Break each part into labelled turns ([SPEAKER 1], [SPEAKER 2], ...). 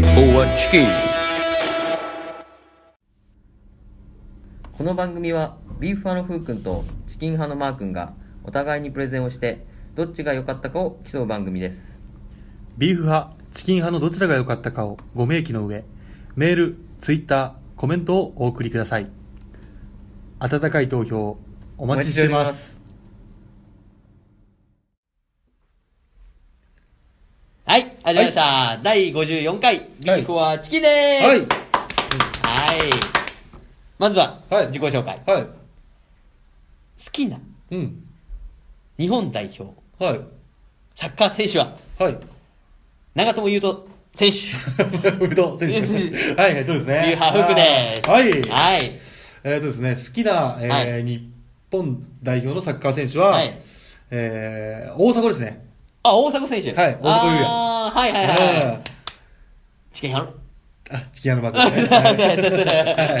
[SPEAKER 1] チキンこの番組はビーフ派のふうくんとチキン派のマーくんがお互いにプレゼンをしてどっちが良かったかを競う番組です
[SPEAKER 2] ビーフ派、チキン派のどちらが良かったかをご明記の上、メール、ツイッター、コメントをお送りください。温かい投票、お待ちしています。
[SPEAKER 3] はい、始まりました。第54回、ビーフはチキンでーす。はい。まずは、
[SPEAKER 2] はい
[SPEAKER 3] 自己紹介。好
[SPEAKER 2] は。
[SPEAKER 3] きない
[SPEAKER 2] うん。
[SPEAKER 3] 日本代表、
[SPEAKER 2] はい。
[SPEAKER 3] サッカー選手は、
[SPEAKER 2] はい。
[SPEAKER 3] 長友佑都選手、
[SPEAKER 2] ウド選手。 はいはい、そうですね。
[SPEAKER 3] ビーフ派フークで
[SPEAKER 2] はい
[SPEAKER 3] ーす。。はい。
[SPEAKER 2] えっとですね、好きな、え
[SPEAKER 3] は
[SPEAKER 2] ー、日本代表のサッカー選手は
[SPEAKER 3] はい、
[SPEAKER 2] えー、大迫ですね。
[SPEAKER 3] あ、大迫選手。
[SPEAKER 2] はい大迫勇也
[SPEAKER 3] あーはいはいはい。
[SPEAKER 2] あ
[SPEAKER 3] チキン派の
[SPEAKER 2] ーあ、チキン派のバッグですね。
[SPEAKER 3] そう
[SPEAKER 2] はい
[SPEAKER 3] そうそうなるほど
[SPEAKER 2] 大迫か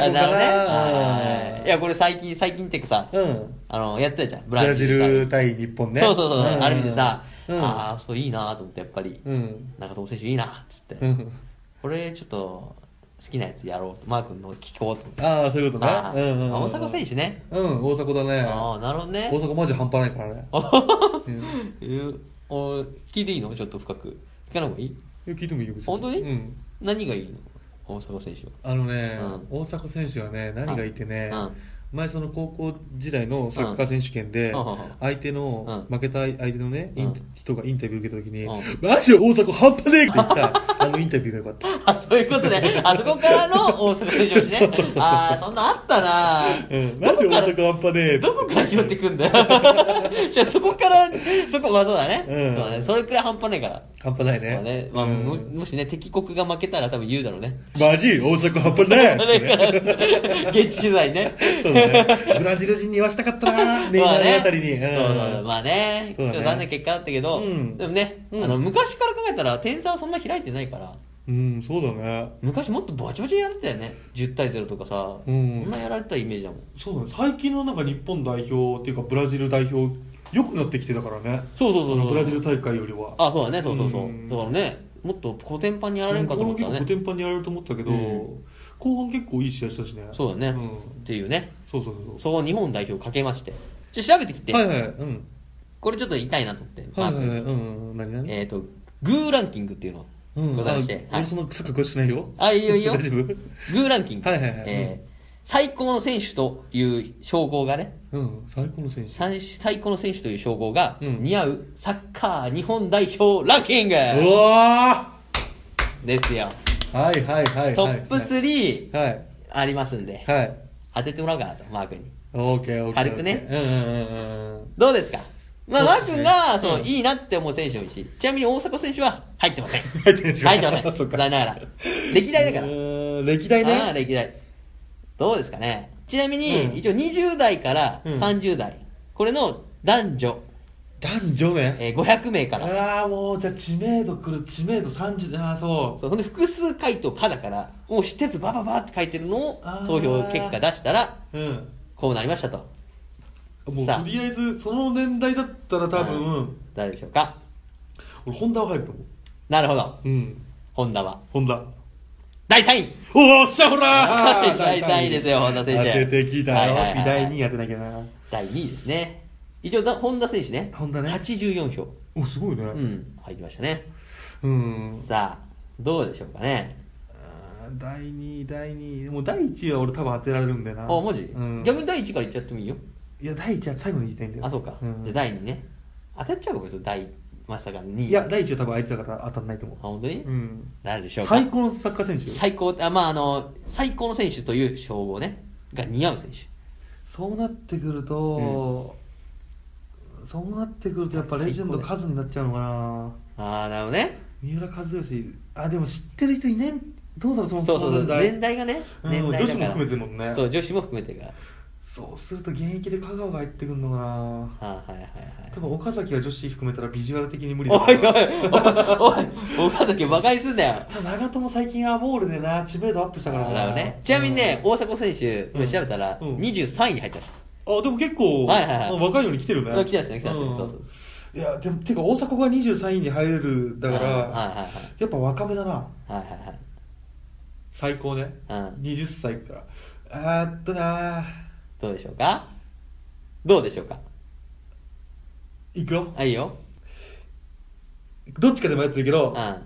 [SPEAKER 3] ね
[SPEAKER 2] な
[SPEAKER 3] あーいや、これ最近、最近ってかさ、
[SPEAKER 2] うん。
[SPEAKER 3] あの、やってたじゃん、ブ
[SPEAKER 2] ブラジ
[SPEAKER 3] 対
[SPEAKER 2] ル対日本ね。
[SPEAKER 3] そうそうそう、
[SPEAKER 2] ん
[SPEAKER 3] ある意味でさ、
[SPEAKER 2] うん
[SPEAKER 3] ああ、そういいなと思って、やっぱり、
[SPEAKER 2] うん。
[SPEAKER 3] 中友選手いいなっつって、
[SPEAKER 2] うん
[SPEAKER 3] これちょっと、好きなやつやろうと、マー君の聞こうと思って。
[SPEAKER 2] ああ、そういうことね
[SPEAKER 3] あ。
[SPEAKER 2] う
[SPEAKER 3] ー
[SPEAKER 2] んうんうん。
[SPEAKER 3] あ大迫選手ね。
[SPEAKER 2] うん、大迫だね。
[SPEAKER 3] ああ、なるほどね
[SPEAKER 2] 大。迫マジ半端ないからね。
[SPEAKER 3] うんお聞いていいのちょっと深く。聞かない方がいい
[SPEAKER 2] え聞いてもいいよ、別
[SPEAKER 3] 本当に
[SPEAKER 2] うん。
[SPEAKER 3] 何がいいの大迫選手は。
[SPEAKER 2] あのね
[SPEAKER 3] うん、
[SPEAKER 2] 大迫選手はね、何がいいってね
[SPEAKER 3] うん、
[SPEAKER 2] 前その高校時代のサッカー選手権で
[SPEAKER 3] うんうん、
[SPEAKER 2] 相手の、
[SPEAKER 3] う
[SPEAKER 2] 負けた相手のね、イン
[SPEAKER 3] うん
[SPEAKER 2] 人がインタビュー受けた時に
[SPEAKER 3] う、
[SPEAKER 2] マジ大迫半端ねえって言った、あのインタビューがよかった。
[SPEAKER 3] あ、そういうことね。あそこからの大迫選手
[SPEAKER 2] そう
[SPEAKER 3] ね
[SPEAKER 2] そうそうそ。う
[SPEAKER 3] ああ、そんなあったな
[SPEAKER 2] うん、マジ大迫半端ねえって
[SPEAKER 3] どこから拾ってくんだよ。 じゃあそこから、そこ、まあそうだね。
[SPEAKER 2] うん
[SPEAKER 3] そうだね。それくらい半端ねえから。
[SPEAKER 2] 半端ない
[SPEAKER 3] まあね
[SPEAKER 2] ね。
[SPEAKER 3] まあ、
[SPEAKER 2] うん
[SPEAKER 3] ももしね、敵国が負けたら多分言うだろう ね。
[SPEAKER 2] マジ大阪半端ない
[SPEAKER 3] それ から、現地取材ね。
[SPEAKER 2] そうだね。ブラジル人に言わしたかった な、ネイマールあたりに。うん
[SPEAKER 3] そうそうそうまあね、ち
[SPEAKER 2] そう
[SPEAKER 3] ょっ
[SPEAKER 2] だね
[SPEAKER 3] と残念な結果だったけど、
[SPEAKER 2] うん
[SPEAKER 3] でもね、
[SPEAKER 2] うん
[SPEAKER 3] あの、昔から考えたら点差はそんな開いてないから、
[SPEAKER 2] うん、そうだね。
[SPEAKER 3] 昔もっとバチバチにやられてたよね。10対0とかさ、
[SPEAKER 2] うん
[SPEAKER 3] そんなやられてたイメージだもん。
[SPEAKER 2] そうだね。最近のなんか日本代表っていうかブラジル代表、良くなってきてたからね。
[SPEAKER 3] そうそう
[SPEAKER 2] あ
[SPEAKER 3] そうそ
[SPEAKER 2] の
[SPEAKER 3] う。
[SPEAKER 2] ブラジル大会よりは。
[SPEAKER 3] あ、そうだね、そうそうそう。
[SPEAKER 2] うん
[SPEAKER 3] だからね、もっとコテンパンにやられ
[SPEAKER 2] 俺
[SPEAKER 3] るかと思
[SPEAKER 2] も
[SPEAKER 3] った
[SPEAKER 2] 結
[SPEAKER 3] らね
[SPEAKER 2] 構コ。テンパンにやられると思ったけど
[SPEAKER 3] うん、
[SPEAKER 2] 後半結構いい試合したしね。
[SPEAKER 3] そうだね、
[SPEAKER 2] ん
[SPEAKER 3] っていうね。
[SPEAKER 2] そうそうそうそ
[SPEAKER 3] そこ日本代表をかけまして。ちょ調べてきて、
[SPEAKER 2] う。はいはい。うん。
[SPEAKER 3] これちょっと痛いなと思って。
[SPEAKER 2] はい
[SPEAKER 3] ま
[SPEAKER 2] は
[SPEAKER 3] あ
[SPEAKER 2] いはい。うんうん。何何
[SPEAKER 3] えっ、と、グーランキングっていうの
[SPEAKER 2] うん。
[SPEAKER 3] ございまして
[SPEAKER 2] あ
[SPEAKER 3] はい
[SPEAKER 2] の俺そのサッカー詳しくないよ。
[SPEAKER 3] あ、いいよいいよ。
[SPEAKER 2] 大丈
[SPEAKER 3] グ
[SPEAKER 2] 夫
[SPEAKER 3] ーランキング。
[SPEAKER 2] はいはいはい
[SPEAKER 3] えー最高の選手という称号がね、
[SPEAKER 2] うん。最高の選手。
[SPEAKER 3] 最最高の選手という称号が、
[SPEAKER 2] うん
[SPEAKER 3] 似合うサッカー日本代表ランキング
[SPEAKER 2] うわ
[SPEAKER 3] ですよ。
[SPEAKER 2] ーはいはいはいはい。
[SPEAKER 3] トップ3
[SPEAKER 2] はい。
[SPEAKER 3] ありますんで、
[SPEAKER 2] はい。
[SPEAKER 3] 当ててもらおうかなと、マー君に。
[SPEAKER 2] オーケーオーケー。
[SPEAKER 3] 軽くね。
[SPEAKER 2] うんうんうんうん。
[SPEAKER 3] どうですかまあ、マー
[SPEAKER 2] そうです
[SPEAKER 3] 君
[SPEAKER 2] ね
[SPEAKER 3] が、そうの、
[SPEAKER 2] ん
[SPEAKER 3] いいなって思う選手もいいし、ちなみに大迫選手は入ってま せん。入
[SPEAKER 2] 入ってないでしょ
[SPEAKER 3] 入ってませ
[SPEAKER 2] そ
[SPEAKER 3] ん。
[SPEAKER 2] っか
[SPEAKER 3] 残念ながら。歴代だから
[SPEAKER 2] う。ーん歴代
[SPEAKER 3] ああ、
[SPEAKER 2] ね。
[SPEAKER 3] 歴代。どうですかね。ちなみに、
[SPEAKER 2] うん
[SPEAKER 3] 一応20代から
[SPEAKER 2] うん
[SPEAKER 3] 30代、これの男女、
[SPEAKER 2] 男女ね。
[SPEAKER 3] えー500名から、
[SPEAKER 2] ああ、もう、じゃあ知名度くる、知名度30、ああ、そ
[SPEAKER 3] そうほんで複数回答かだから、もう知ってつバババって書いてるのを
[SPEAKER 2] あー
[SPEAKER 3] 投票結果出したら、
[SPEAKER 2] う。うん。
[SPEAKER 3] こうなりましたと。
[SPEAKER 2] もう、
[SPEAKER 3] さあ
[SPEAKER 2] とりあえず、その年代だったら多分、
[SPEAKER 3] 誰でしょうか。
[SPEAKER 2] 俺、ホンダは入ると思う。
[SPEAKER 3] なるほど。
[SPEAKER 2] うん。
[SPEAKER 3] 本田は。
[SPEAKER 2] ホンダ。
[SPEAKER 3] 第3位
[SPEAKER 2] おっしゃ、ほら ー
[SPEAKER 3] 第三位ですよ本田選手
[SPEAKER 2] 当ててきたよ。
[SPEAKER 3] はいはいはい
[SPEAKER 2] 第2位当てなきゃな。
[SPEAKER 3] 第2位ですね。一応だ、本田選手ね。
[SPEAKER 2] 本田ね
[SPEAKER 3] 84票。
[SPEAKER 2] お、すごいね。
[SPEAKER 3] う、
[SPEAKER 2] うん
[SPEAKER 3] 入りましたね。
[SPEAKER 2] ん。
[SPEAKER 3] さあ、どうでしょうかね。
[SPEAKER 2] あー第2位、第2位。もう、第1位は俺多分当てられるんだよな。
[SPEAKER 3] あ、マジ、
[SPEAKER 2] うん。
[SPEAKER 3] 逆に第1からいっちゃってもいいよ。
[SPEAKER 2] いや第一は最後に言いたいんだよ
[SPEAKER 3] あ、そうか。
[SPEAKER 2] ん
[SPEAKER 3] じゃあ第2ね。当たっちゃうかもしれない。第、まさか2位。
[SPEAKER 2] いや第一は多分あいつだから当たんないと
[SPEAKER 3] あ、
[SPEAKER 2] 思
[SPEAKER 3] 本当に、
[SPEAKER 2] う、うん、
[SPEAKER 3] 誰でしょうか。
[SPEAKER 2] 最高のサッカー選手
[SPEAKER 3] 最高あまああの最高の選手という称号ねが似合う選手
[SPEAKER 2] そうなってくると、そうなってくるとやっぱレジェンド数になっちゃうのかな
[SPEAKER 3] ああなるほどね
[SPEAKER 2] 三浦知良あでも知ってる人いねんどうだろうその
[SPEAKER 3] そうそうそう
[SPEAKER 2] の
[SPEAKER 3] 年代がね
[SPEAKER 2] うん
[SPEAKER 3] 年代だから
[SPEAKER 2] 女子も含めてもんね
[SPEAKER 3] そう女子も含めてが
[SPEAKER 2] そうすると現役で香川が入ってくるのかな
[SPEAKER 3] あーはいは
[SPEAKER 2] 多分岡崎は女子含めたらビジュアル的に無理
[SPEAKER 3] いはいおい
[SPEAKER 2] から
[SPEAKER 3] おいおい岡崎馬鹿にすんだよ
[SPEAKER 2] ただ長友最近アモールでな知名度アップした
[SPEAKER 3] な
[SPEAKER 2] か
[SPEAKER 3] る
[SPEAKER 2] ら
[SPEAKER 3] ほ
[SPEAKER 2] な
[SPEAKER 3] どねちなみにね
[SPEAKER 2] うん
[SPEAKER 3] 大迫選手これ調べたら
[SPEAKER 2] うん
[SPEAKER 3] 23位に入ったらしい
[SPEAKER 2] あでも結構、
[SPEAKER 3] はいはいはい
[SPEAKER 2] 若いのに来てるね
[SPEAKER 3] そう来てますね来てますね
[SPEAKER 2] ん
[SPEAKER 3] そうそう
[SPEAKER 2] いやでもてか大阪が23位に入れるだから、
[SPEAKER 3] はいはい
[SPEAKER 2] やっぱ若めだな
[SPEAKER 3] はいはいはいはい
[SPEAKER 2] 最高ね、
[SPEAKER 3] うん
[SPEAKER 2] 20歳からあーっとなー
[SPEAKER 3] どうでしょうかどうでしょうか
[SPEAKER 2] いくよ
[SPEAKER 3] あいいよ
[SPEAKER 2] どっちかで迷ってるけ
[SPEAKER 3] う
[SPEAKER 2] ど
[SPEAKER 3] ん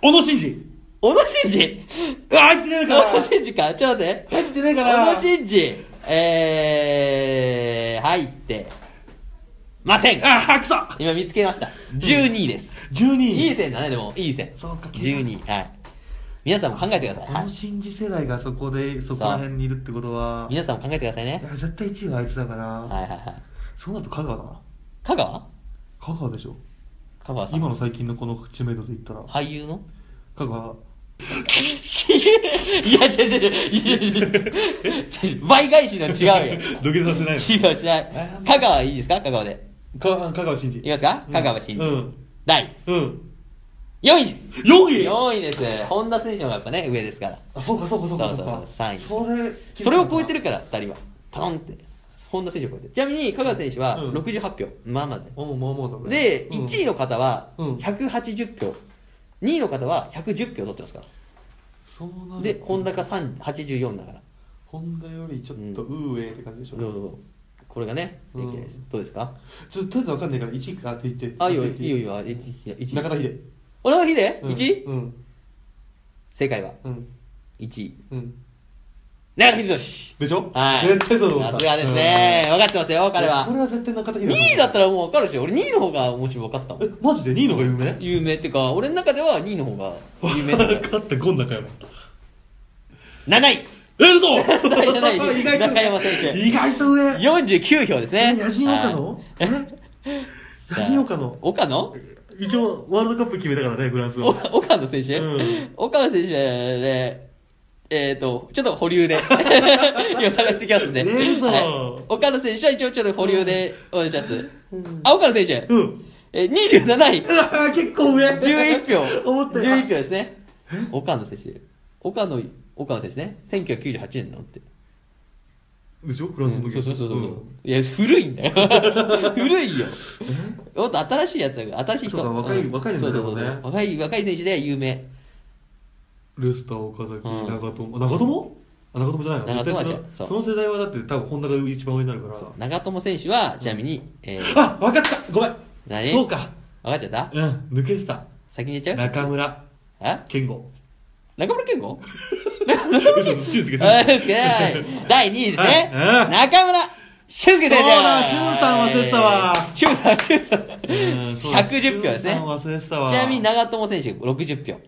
[SPEAKER 2] 小野伸二
[SPEAKER 3] 小野伸二
[SPEAKER 2] うわ入ってないか
[SPEAKER 3] 小野
[SPEAKER 2] ら
[SPEAKER 3] 伸二かちょっと待って
[SPEAKER 2] 入ってないか
[SPEAKER 3] 小
[SPEAKER 2] ら
[SPEAKER 3] 野伸二えー、入ってません
[SPEAKER 2] あーくそ
[SPEAKER 3] 今見つけました12位です、
[SPEAKER 2] 12位
[SPEAKER 3] いい線だねでもいい線
[SPEAKER 2] そうか
[SPEAKER 3] 12位はい皆さんも考えてください、
[SPEAKER 2] 小
[SPEAKER 3] は
[SPEAKER 2] 野
[SPEAKER 3] い、
[SPEAKER 2] 伸二世代がそこでそこら辺にいるってことは
[SPEAKER 3] 皆さんも考えてください
[SPEAKER 2] い
[SPEAKER 3] ね
[SPEAKER 2] や絶対1位はあいつだから、
[SPEAKER 3] はいはいはい
[SPEAKER 2] そうなると香川だな
[SPEAKER 3] 香川
[SPEAKER 2] 香川でしょ
[SPEAKER 3] 香川さん
[SPEAKER 2] 今の最近のこの知名度で言ったら
[SPEAKER 3] 俳優の
[SPEAKER 2] 香川
[SPEAKER 3] いや違う違う違う違う違う違う倍返しの違うよ
[SPEAKER 2] 土下座せないの
[SPEAKER 3] 違うしない
[SPEAKER 2] えー
[SPEAKER 3] 香川いいですか香川で
[SPEAKER 2] か香川真司
[SPEAKER 3] いきますか
[SPEAKER 2] うん
[SPEAKER 3] 香川真司
[SPEAKER 2] うん
[SPEAKER 3] 第
[SPEAKER 2] うん
[SPEAKER 3] 4位です
[SPEAKER 2] 4位
[SPEAKER 3] 4位です本田選手の方がやっぱね上ですから
[SPEAKER 2] あそうかそうかそうか
[SPEAKER 3] そうそう
[SPEAKER 2] か
[SPEAKER 3] 三位
[SPEAKER 2] それ
[SPEAKER 3] それを超えてるから2人は頼んって本田選手を超えてるちなみに香川選手は
[SPEAKER 2] うん
[SPEAKER 3] 68票、まあまあで
[SPEAKER 2] うんもうもうだね
[SPEAKER 3] で、
[SPEAKER 2] うん
[SPEAKER 3] 1位の方は
[SPEAKER 2] うん
[SPEAKER 3] 180票、2位の方は110票取ってますか
[SPEAKER 2] そうな
[SPEAKER 3] ら
[SPEAKER 2] る
[SPEAKER 3] で本田が3 84だから
[SPEAKER 2] 本田よりちょっと
[SPEAKER 3] う
[SPEAKER 2] ウーウェイって感じでしょ、
[SPEAKER 3] どうぞどうぞこれがねで
[SPEAKER 2] うん
[SPEAKER 3] きないです、どうですか
[SPEAKER 2] ちょっととりあえずわかんないから1位かって言って
[SPEAKER 3] あいいよい
[SPEAKER 2] 言って
[SPEAKER 3] いよいいよあいいよ一
[SPEAKER 2] 中田秀
[SPEAKER 3] 小野秀
[SPEAKER 2] うん
[SPEAKER 3] 1?、
[SPEAKER 2] うん
[SPEAKER 3] 正解は
[SPEAKER 2] うん
[SPEAKER 3] 1位
[SPEAKER 2] うん
[SPEAKER 3] 中田秀俊
[SPEAKER 2] でしょ
[SPEAKER 3] はい
[SPEAKER 2] 絶対そうだと思っ
[SPEAKER 3] さ
[SPEAKER 2] た
[SPEAKER 3] すがですね、分かってますよ
[SPEAKER 2] うん
[SPEAKER 3] 彼は
[SPEAKER 2] これは絶対中田秀
[SPEAKER 3] 2位だったらもう分かるし俺2位の方が面白い分かったも
[SPEAKER 2] え
[SPEAKER 3] ん
[SPEAKER 2] マジで2位の方が有名
[SPEAKER 3] 有名っていうか俺の中では2位の方が有名だ から
[SPEAKER 2] 分かって5の中山
[SPEAKER 3] 7位
[SPEAKER 2] え嘘
[SPEAKER 3] 第七位
[SPEAKER 2] 意外と
[SPEAKER 3] 中山選手
[SPEAKER 2] 意外と上
[SPEAKER 3] 49票ですね
[SPEAKER 2] え野心岡野え
[SPEAKER 3] はい
[SPEAKER 2] 野心岡野
[SPEAKER 3] 岡野
[SPEAKER 2] 一応ワールドカップ決めたからねフランス
[SPEAKER 3] お
[SPEAKER 2] は
[SPEAKER 3] 岡野選手、
[SPEAKER 2] うん
[SPEAKER 3] 岡野選手で、えっ、と、ちょっと保留 で、今探してきますんで、
[SPEAKER 2] えーそう
[SPEAKER 3] はい岡野選手は一応ちょっと保留でお願いします。
[SPEAKER 2] うん
[SPEAKER 3] あ、岡野選手、
[SPEAKER 2] うん
[SPEAKER 3] えー27位、
[SPEAKER 2] うわ結構上
[SPEAKER 3] 11票、
[SPEAKER 2] 思ったよ
[SPEAKER 3] 11票ですね。岡野選手、岡野、岡野選手ね、1998年のって。
[SPEAKER 2] でしょフランスの時
[SPEAKER 3] そうそうそうそう。
[SPEAKER 2] ん
[SPEAKER 3] いや、古いんだよ。 古いよ。もっと新しいやつだ新しい人。
[SPEAKER 2] そうか若い
[SPEAKER 3] うん
[SPEAKER 2] 若いんだ
[SPEAKER 3] そうそう
[SPEAKER 2] でもね
[SPEAKER 3] そう若い、若い選手で有名。
[SPEAKER 2] レスター岡崎
[SPEAKER 3] うん
[SPEAKER 2] 長友あ長友あ長友じゃないの
[SPEAKER 3] 長友は違う
[SPEAKER 2] 絶対そのその世代はだって多分本田が一番上になるから
[SPEAKER 3] 長友選手は、ちなみに、えー、
[SPEAKER 2] あ分かったごめん
[SPEAKER 3] 何
[SPEAKER 2] そうか
[SPEAKER 3] 分かっちゃった
[SPEAKER 2] うん抜けてた
[SPEAKER 3] 先に言っちゃう
[SPEAKER 2] 中村
[SPEAKER 3] あ
[SPEAKER 2] 健吾
[SPEAKER 3] 中村健吾
[SPEAKER 2] 嘘 嘘俊介
[SPEAKER 3] あ
[SPEAKER 2] さん
[SPEAKER 3] ですけど第2位ですね。
[SPEAKER 2] はいうん
[SPEAKER 3] 中村俊介選手
[SPEAKER 2] そうだ俊さん忘れてたわ
[SPEAKER 3] 俊さん、俊さん。
[SPEAKER 2] うんそうだ
[SPEAKER 3] 110票ですね
[SPEAKER 2] 俊さん忘れてたわ
[SPEAKER 3] ちなみに長友選手60票。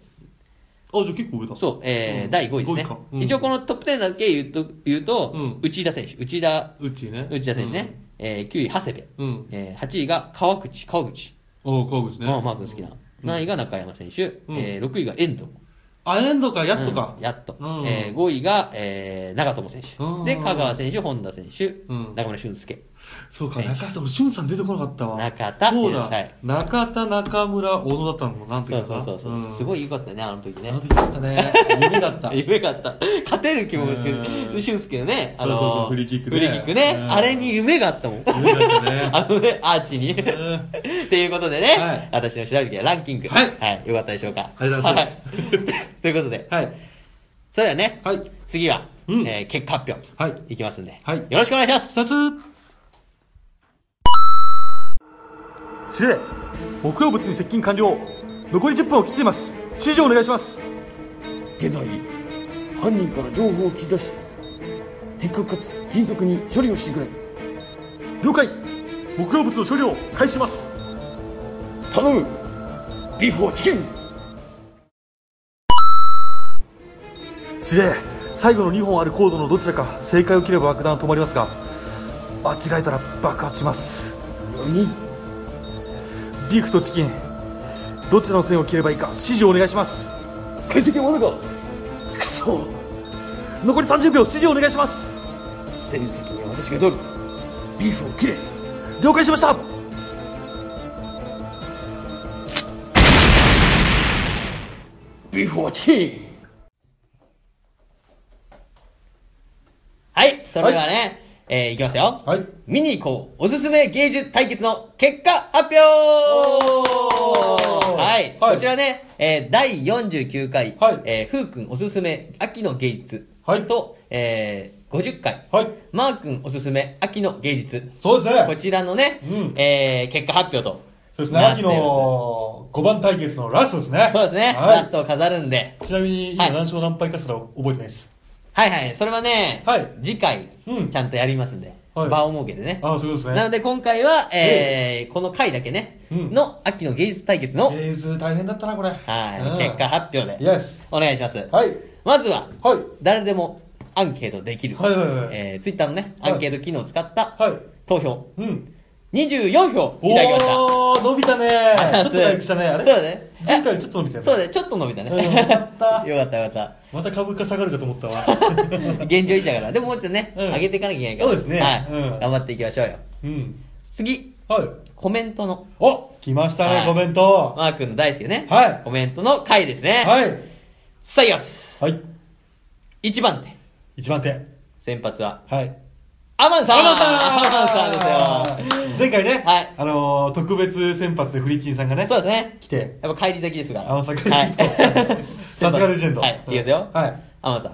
[SPEAKER 2] あじゃあ結構上だ
[SPEAKER 3] そう、えー
[SPEAKER 2] うん
[SPEAKER 3] 第5位ですね
[SPEAKER 2] 五位か。うん
[SPEAKER 3] 一応このトップ10だけ言うと、言うと、
[SPEAKER 2] うん
[SPEAKER 3] 内田選手、内田、
[SPEAKER 2] うちね
[SPEAKER 3] 内田選手ね。えー9位、長谷部。
[SPEAKER 2] うん
[SPEAKER 3] えー8位が川口、川口。
[SPEAKER 2] お川口ね
[SPEAKER 3] まあマー君好きな。7位が中山選手。
[SPEAKER 2] うん
[SPEAKER 3] えー6位が遠藤。
[SPEAKER 2] あエンドかやっとか
[SPEAKER 3] うんやっと、
[SPEAKER 2] うん
[SPEAKER 3] えー5位が、えー長友選手
[SPEAKER 2] うん
[SPEAKER 3] で香川選手本田選手、
[SPEAKER 2] うん
[SPEAKER 3] 中村俊輔
[SPEAKER 2] そうか
[SPEAKER 3] 選手
[SPEAKER 2] 中田さん俺俊さん出てこなかったわ
[SPEAKER 3] 中田
[SPEAKER 2] そう
[SPEAKER 3] は
[SPEAKER 2] だ
[SPEAKER 3] い
[SPEAKER 2] 中田中村小野だったのもんなんて
[SPEAKER 3] そ
[SPEAKER 2] いう
[SPEAKER 3] う
[SPEAKER 2] か
[SPEAKER 3] そう
[SPEAKER 2] な
[SPEAKER 3] そうそう、
[SPEAKER 2] ん
[SPEAKER 3] すごい良かったねあの時
[SPEAKER 2] あ
[SPEAKER 3] ね
[SPEAKER 2] の時だったね夢だった
[SPEAKER 3] 夢かった勝てる気持ち
[SPEAKER 2] うん
[SPEAKER 3] で俊輔のねあ
[SPEAKER 2] そうそうそう
[SPEAKER 3] の
[SPEAKER 2] フリーキック
[SPEAKER 3] ね
[SPEAKER 2] ね
[SPEAKER 3] フリーキックね
[SPEAKER 2] うん
[SPEAKER 3] あれに夢があったもん
[SPEAKER 2] 夢だったね
[SPEAKER 3] あのねアーチに
[SPEAKER 2] うん
[SPEAKER 3] っ
[SPEAKER 2] あ
[SPEAKER 3] ていうことでね、
[SPEAKER 2] はい
[SPEAKER 3] 私の調べてきたランキング
[SPEAKER 2] はい
[SPEAKER 3] よかったでしょうか
[SPEAKER 2] ありがとうござい
[SPEAKER 3] ます、はい ということで、
[SPEAKER 2] はい
[SPEAKER 3] それではね、
[SPEAKER 2] はい
[SPEAKER 3] 次は、
[SPEAKER 2] うん
[SPEAKER 3] えー結果発表
[SPEAKER 2] はい
[SPEAKER 3] いきますんで、
[SPEAKER 2] はい
[SPEAKER 3] よろしくお願いします
[SPEAKER 2] さす司令木曜物に接近完了残り10分を切っています指示をお願いします
[SPEAKER 4] 現在犯人から情報を聞き出し的確かつ迅速に処理をしてくれ
[SPEAKER 2] 了解木曜物の処理を開始します
[SPEAKER 4] 頼むビーフォーチキン
[SPEAKER 2] 司令最後の2本あるコードのどちらか正解を切れば爆弾は止まりますが間違えたら爆発します
[SPEAKER 4] に
[SPEAKER 2] ビーフとチキンどちらの線を切ればいいか指示をお願いします
[SPEAKER 4] 解析はまだかくそ
[SPEAKER 2] 残り30秒指示をお願いします
[SPEAKER 4] 全責任は私が取るビーフを切れ
[SPEAKER 2] 了解しました
[SPEAKER 4] ビーフォーチキン
[SPEAKER 3] はい、それではね、えー、いきますよ。
[SPEAKER 2] はい。
[SPEAKER 3] 見に行こうおすすめ芸術対決の結果発表
[SPEAKER 2] ー
[SPEAKER 3] はい、
[SPEAKER 2] はい
[SPEAKER 3] こちらね、えー、第49回、
[SPEAKER 2] はい
[SPEAKER 3] えー、ふうくんおすすめ秋の芸術
[SPEAKER 2] はい
[SPEAKER 3] と、えー、50回、
[SPEAKER 2] はい。
[SPEAKER 3] マー君おすすめ秋の芸術、
[SPEAKER 2] そうです
[SPEAKER 3] こ
[SPEAKER 2] ね。
[SPEAKER 3] ちらのね、
[SPEAKER 2] うん
[SPEAKER 3] えー、結果発表と
[SPEAKER 2] そうですね。秋の5番対決のラストですね。
[SPEAKER 3] そうですね、
[SPEAKER 2] はい
[SPEAKER 3] ラストを飾るんで
[SPEAKER 2] ちなみに、今
[SPEAKER 3] はい
[SPEAKER 2] 何勝何敗かすら覚えてないです。
[SPEAKER 3] はいはいそれはね、
[SPEAKER 2] はい
[SPEAKER 3] 次回、
[SPEAKER 2] うん
[SPEAKER 3] ちゃんとやりますんで、
[SPEAKER 2] はい
[SPEAKER 3] 場を設けてね
[SPEAKER 2] ああ、そういうことです
[SPEAKER 3] な
[SPEAKER 2] ね
[SPEAKER 3] の。で今回は、えーこの回だけね、
[SPEAKER 2] うん
[SPEAKER 3] の秋の芸術対決の、はい、
[SPEAKER 2] 芸術大変だったな、これ。うん
[SPEAKER 3] 結果。発表
[SPEAKER 2] イ
[SPEAKER 3] で、
[SPEAKER 2] エス。
[SPEAKER 3] お願いします。
[SPEAKER 2] はい。
[SPEAKER 3] まずは、
[SPEAKER 2] はい。
[SPEAKER 3] 誰でもアンケートできる、
[SPEAKER 2] はいはいはい
[SPEAKER 3] えー、ツイッターのね、
[SPEAKER 2] はい
[SPEAKER 3] アンケート機能を使った
[SPEAKER 2] はい。
[SPEAKER 3] 投票、
[SPEAKER 2] うん。
[SPEAKER 3] 24票いただきました。
[SPEAKER 2] おー、伸びたね ちょっと早く来たね。あれ
[SPEAKER 3] そうだね
[SPEAKER 2] 前回よりちょっと伸びたよね
[SPEAKER 3] そうだね、ちょっと伸びたね。
[SPEAKER 2] うんよかっ た
[SPEAKER 3] よかったよかっ
[SPEAKER 2] また株価下がるかと思っ たわ。
[SPEAKER 3] た。現状維持だから。でももうちょっとね、
[SPEAKER 2] うん
[SPEAKER 3] 上げていかなきゃいけないから。
[SPEAKER 2] そうですね
[SPEAKER 3] はい。
[SPEAKER 2] うん
[SPEAKER 3] 頑張っていきましょうよ。
[SPEAKER 2] うん。
[SPEAKER 3] 次、
[SPEAKER 2] はい。
[SPEAKER 3] コメントの、
[SPEAKER 2] お来ました
[SPEAKER 3] は
[SPEAKER 2] ね、
[SPEAKER 3] い
[SPEAKER 2] コメント。
[SPEAKER 3] マー君の大好きなね、
[SPEAKER 2] はい
[SPEAKER 3] コメントの回ですね。い。
[SPEAKER 2] はい。
[SPEAKER 3] さあ、いきます。
[SPEAKER 2] はい。
[SPEAKER 3] 1番手、
[SPEAKER 2] 一番手。
[SPEAKER 3] 先発は、
[SPEAKER 2] はい。
[SPEAKER 3] アマンさん
[SPEAKER 2] アマンさん
[SPEAKER 3] アマンさんですよ。
[SPEAKER 2] 前回ね、
[SPEAKER 3] はい
[SPEAKER 2] あのー、特別先発でフリーチンさんがね、
[SPEAKER 3] そうですね。
[SPEAKER 2] 来て、
[SPEAKER 3] やっぱ帰り咲きですから。
[SPEAKER 2] アマンさん帰り
[SPEAKER 3] は
[SPEAKER 2] 咲
[SPEAKER 3] い
[SPEAKER 2] きで すさすがレジェンド。
[SPEAKER 3] はい、いきますよ。
[SPEAKER 2] はい。
[SPEAKER 3] アマンさん。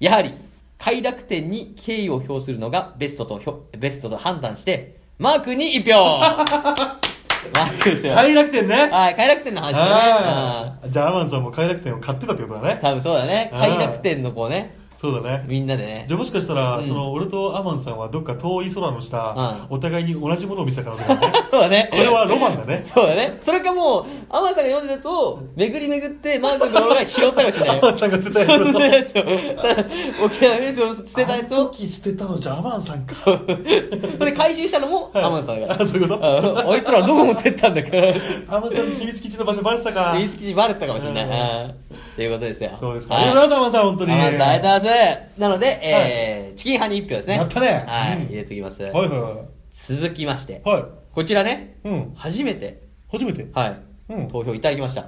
[SPEAKER 3] やはり、快楽天に敬意を表するのがベストとひょ、ベストと判断して、マークに一票 マークですよ。
[SPEAKER 2] 快楽天ね。
[SPEAKER 3] はい、快楽天の話だね。
[SPEAKER 2] あーじゃあアマンさんも快楽天を買ってたってことだ
[SPEAKER 3] うん
[SPEAKER 2] ね。
[SPEAKER 3] 多分そうだね。
[SPEAKER 2] うん
[SPEAKER 3] 快楽天のこうね、
[SPEAKER 2] そうだね。
[SPEAKER 3] みんなでね
[SPEAKER 2] じ。ゃあもしかしたら、
[SPEAKER 3] うん
[SPEAKER 2] その俺とアマンさんはどっか遠い空の下、
[SPEAKER 3] う
[SPEAKER 2] お互いに同じものを見せたからね
[SPEAKER 3] そうだね。
[SPEAKER 2] これはロマンだね
[SPEAKER 3] そうだね。それかもう、アマンさんが読んでたやつを、巡り巡って、マー君の俺が拾ったかもしれないよ。
[SPEAKER 2] アマンさんが捨てたやつを
[SPEAKER 3] そう捨てたやつを。沖縄のやつを捨てたやつ
[SPEAKER 2] あの
[SPEAKER 3] を。
[SPEAKER 2] 時捨てたのじゃあアマンさんか
[SPEAKER 3] そうそれ回収したのも、
[SPEAKER 2] はい
[SPEAKER 3] アマンさんだから。
[SPEAKER 2] あ そういうこと
[SPEAKER 3] んあいつらどこ持ってったん だから。
[SPEAKER 2] アマンさんの秘密基地の場所バレてたか
[SPEAKER 3] 言いつきバレたかもしれな
[SPEAKER 2] う
[SPEAKER 3] い。うんっていうことですよ。
[SPEAKER 2] そうですか、
[SPEAKER 3] はい
[SPEAKER 2] ありがとうございますアマンさん本当に
[SPEAKER 3] アマンさん、ありがとうございます。なので、えー、チキン派に1票ですね。
[SPEAKER 2] やったね
[SPEAKER 3] は
[SPEAKER 2] う
[SPEAKER 3] い、
[SPEAKER 2] ん
[SPEAKER 3] 入れておきます。
[SPEAKER 2] はいは
[SPEAKER 3] 続きまして
[SPEAKER 2] い、はいは
[SPEAKER 3] こちらね、
[SPEAKER 2] いうん
[SPEAKER 3] 初めて、
[SPEAKER 2] 初めて
[SPEAKER 3] はい、
[SPEAKER 2] うん
[SPEAKER 3] 投票いただきました。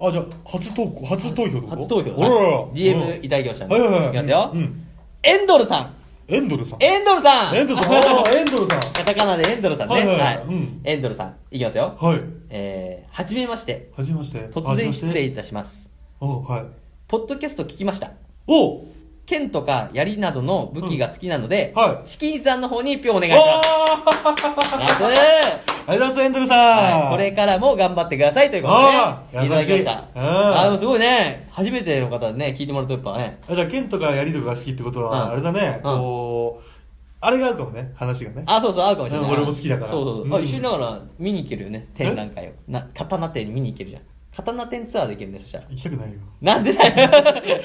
[SPEAKER 2] あじゃあ初投稿初投票ってこと
[SPEAKER 3] 初投票、
[SPEAKER 2] おららら
[SPEAKER 3] はい DM いただきましたんで。
[SPEAKER 2] はいはいはい
[SPEAKER 3] きますよ
[SPEAKER 2] う。ん
[SPEAKER 3] エンドルさん
[SPEAKER 2] エンドルさん
[SPEAKER 3] エンドルさん
[SPEAKER 2] エンドルさんあーエンドルさん
[SPEAKER 3] カタカナでエンドルさんね。
[SPEAKER 2] はいはい
[SPEAKER 3] は
[SPEAKER 2] う
[SPEAKER 3] い
[SPEAKER 2] ん。
[SPEAKER 3] エンドルさん、いきますよ。
[SPEAKER 2] はい
[SPEAKER 3] えー、はじめまして。
[SPEAKER 2] はじめまして
[SPEAKER 3] 突然失礼
[SPEAKER 2] あはじめまして
[SPEAKER 3] いたします。
[SPEAKER 2] おはい
[SPEAKER 3] ポッドキャスト聞きました。
[SPEAKER 2] お
[SPEAKER 3] 剣とか槍などの武器が好きなので、
[SPEAKER 2] うんはい
[SPEAKER 3] チキンさんの方に一票お願いし
[SPEAKER 2] わ
[SPEAKER 3] ます。ナイス
[SPEAKER 2] ーありがとうございますエンドルさん、
[SPEAKER 3] はい、これからも頑張ってくださいということ
[SPEAKER 2] あ
[SPEAKER 3] で、
[SPEAKER 2] ー
[SPEAKER 3] ね、いただきました。
[SPEAKER 2] 優しいうん
[SPEAKER 3] あー、でもすごいね、初めての方にね、聞いてもらうとやっぱね、
[SPEAKER 2] あじゃあ剣とか槍とかが好きってことは、
[SPEAKER 3] うん
[SPEAKER 2] あれだね、
[SPEAKER 3] うん
[SPEAKER 2] こうあれが合うかもね話がね
[SPEAKER 3] あ、そうそう、合うかもしれない。
[SPEAKER 2] うん俺も好きだから
[SPEAKER 3] そうそうそう。
[SPEAKER 2] うん
[SPEAKER 3] あ一緒にだから、見に行けるよね、展覧会を。な、刀展に見に行けるじゃん。刀展ツアーできるね、そしたら。
[SPEAKER 2] 行きたくないよ
[SPEAKER 3] なんでだよ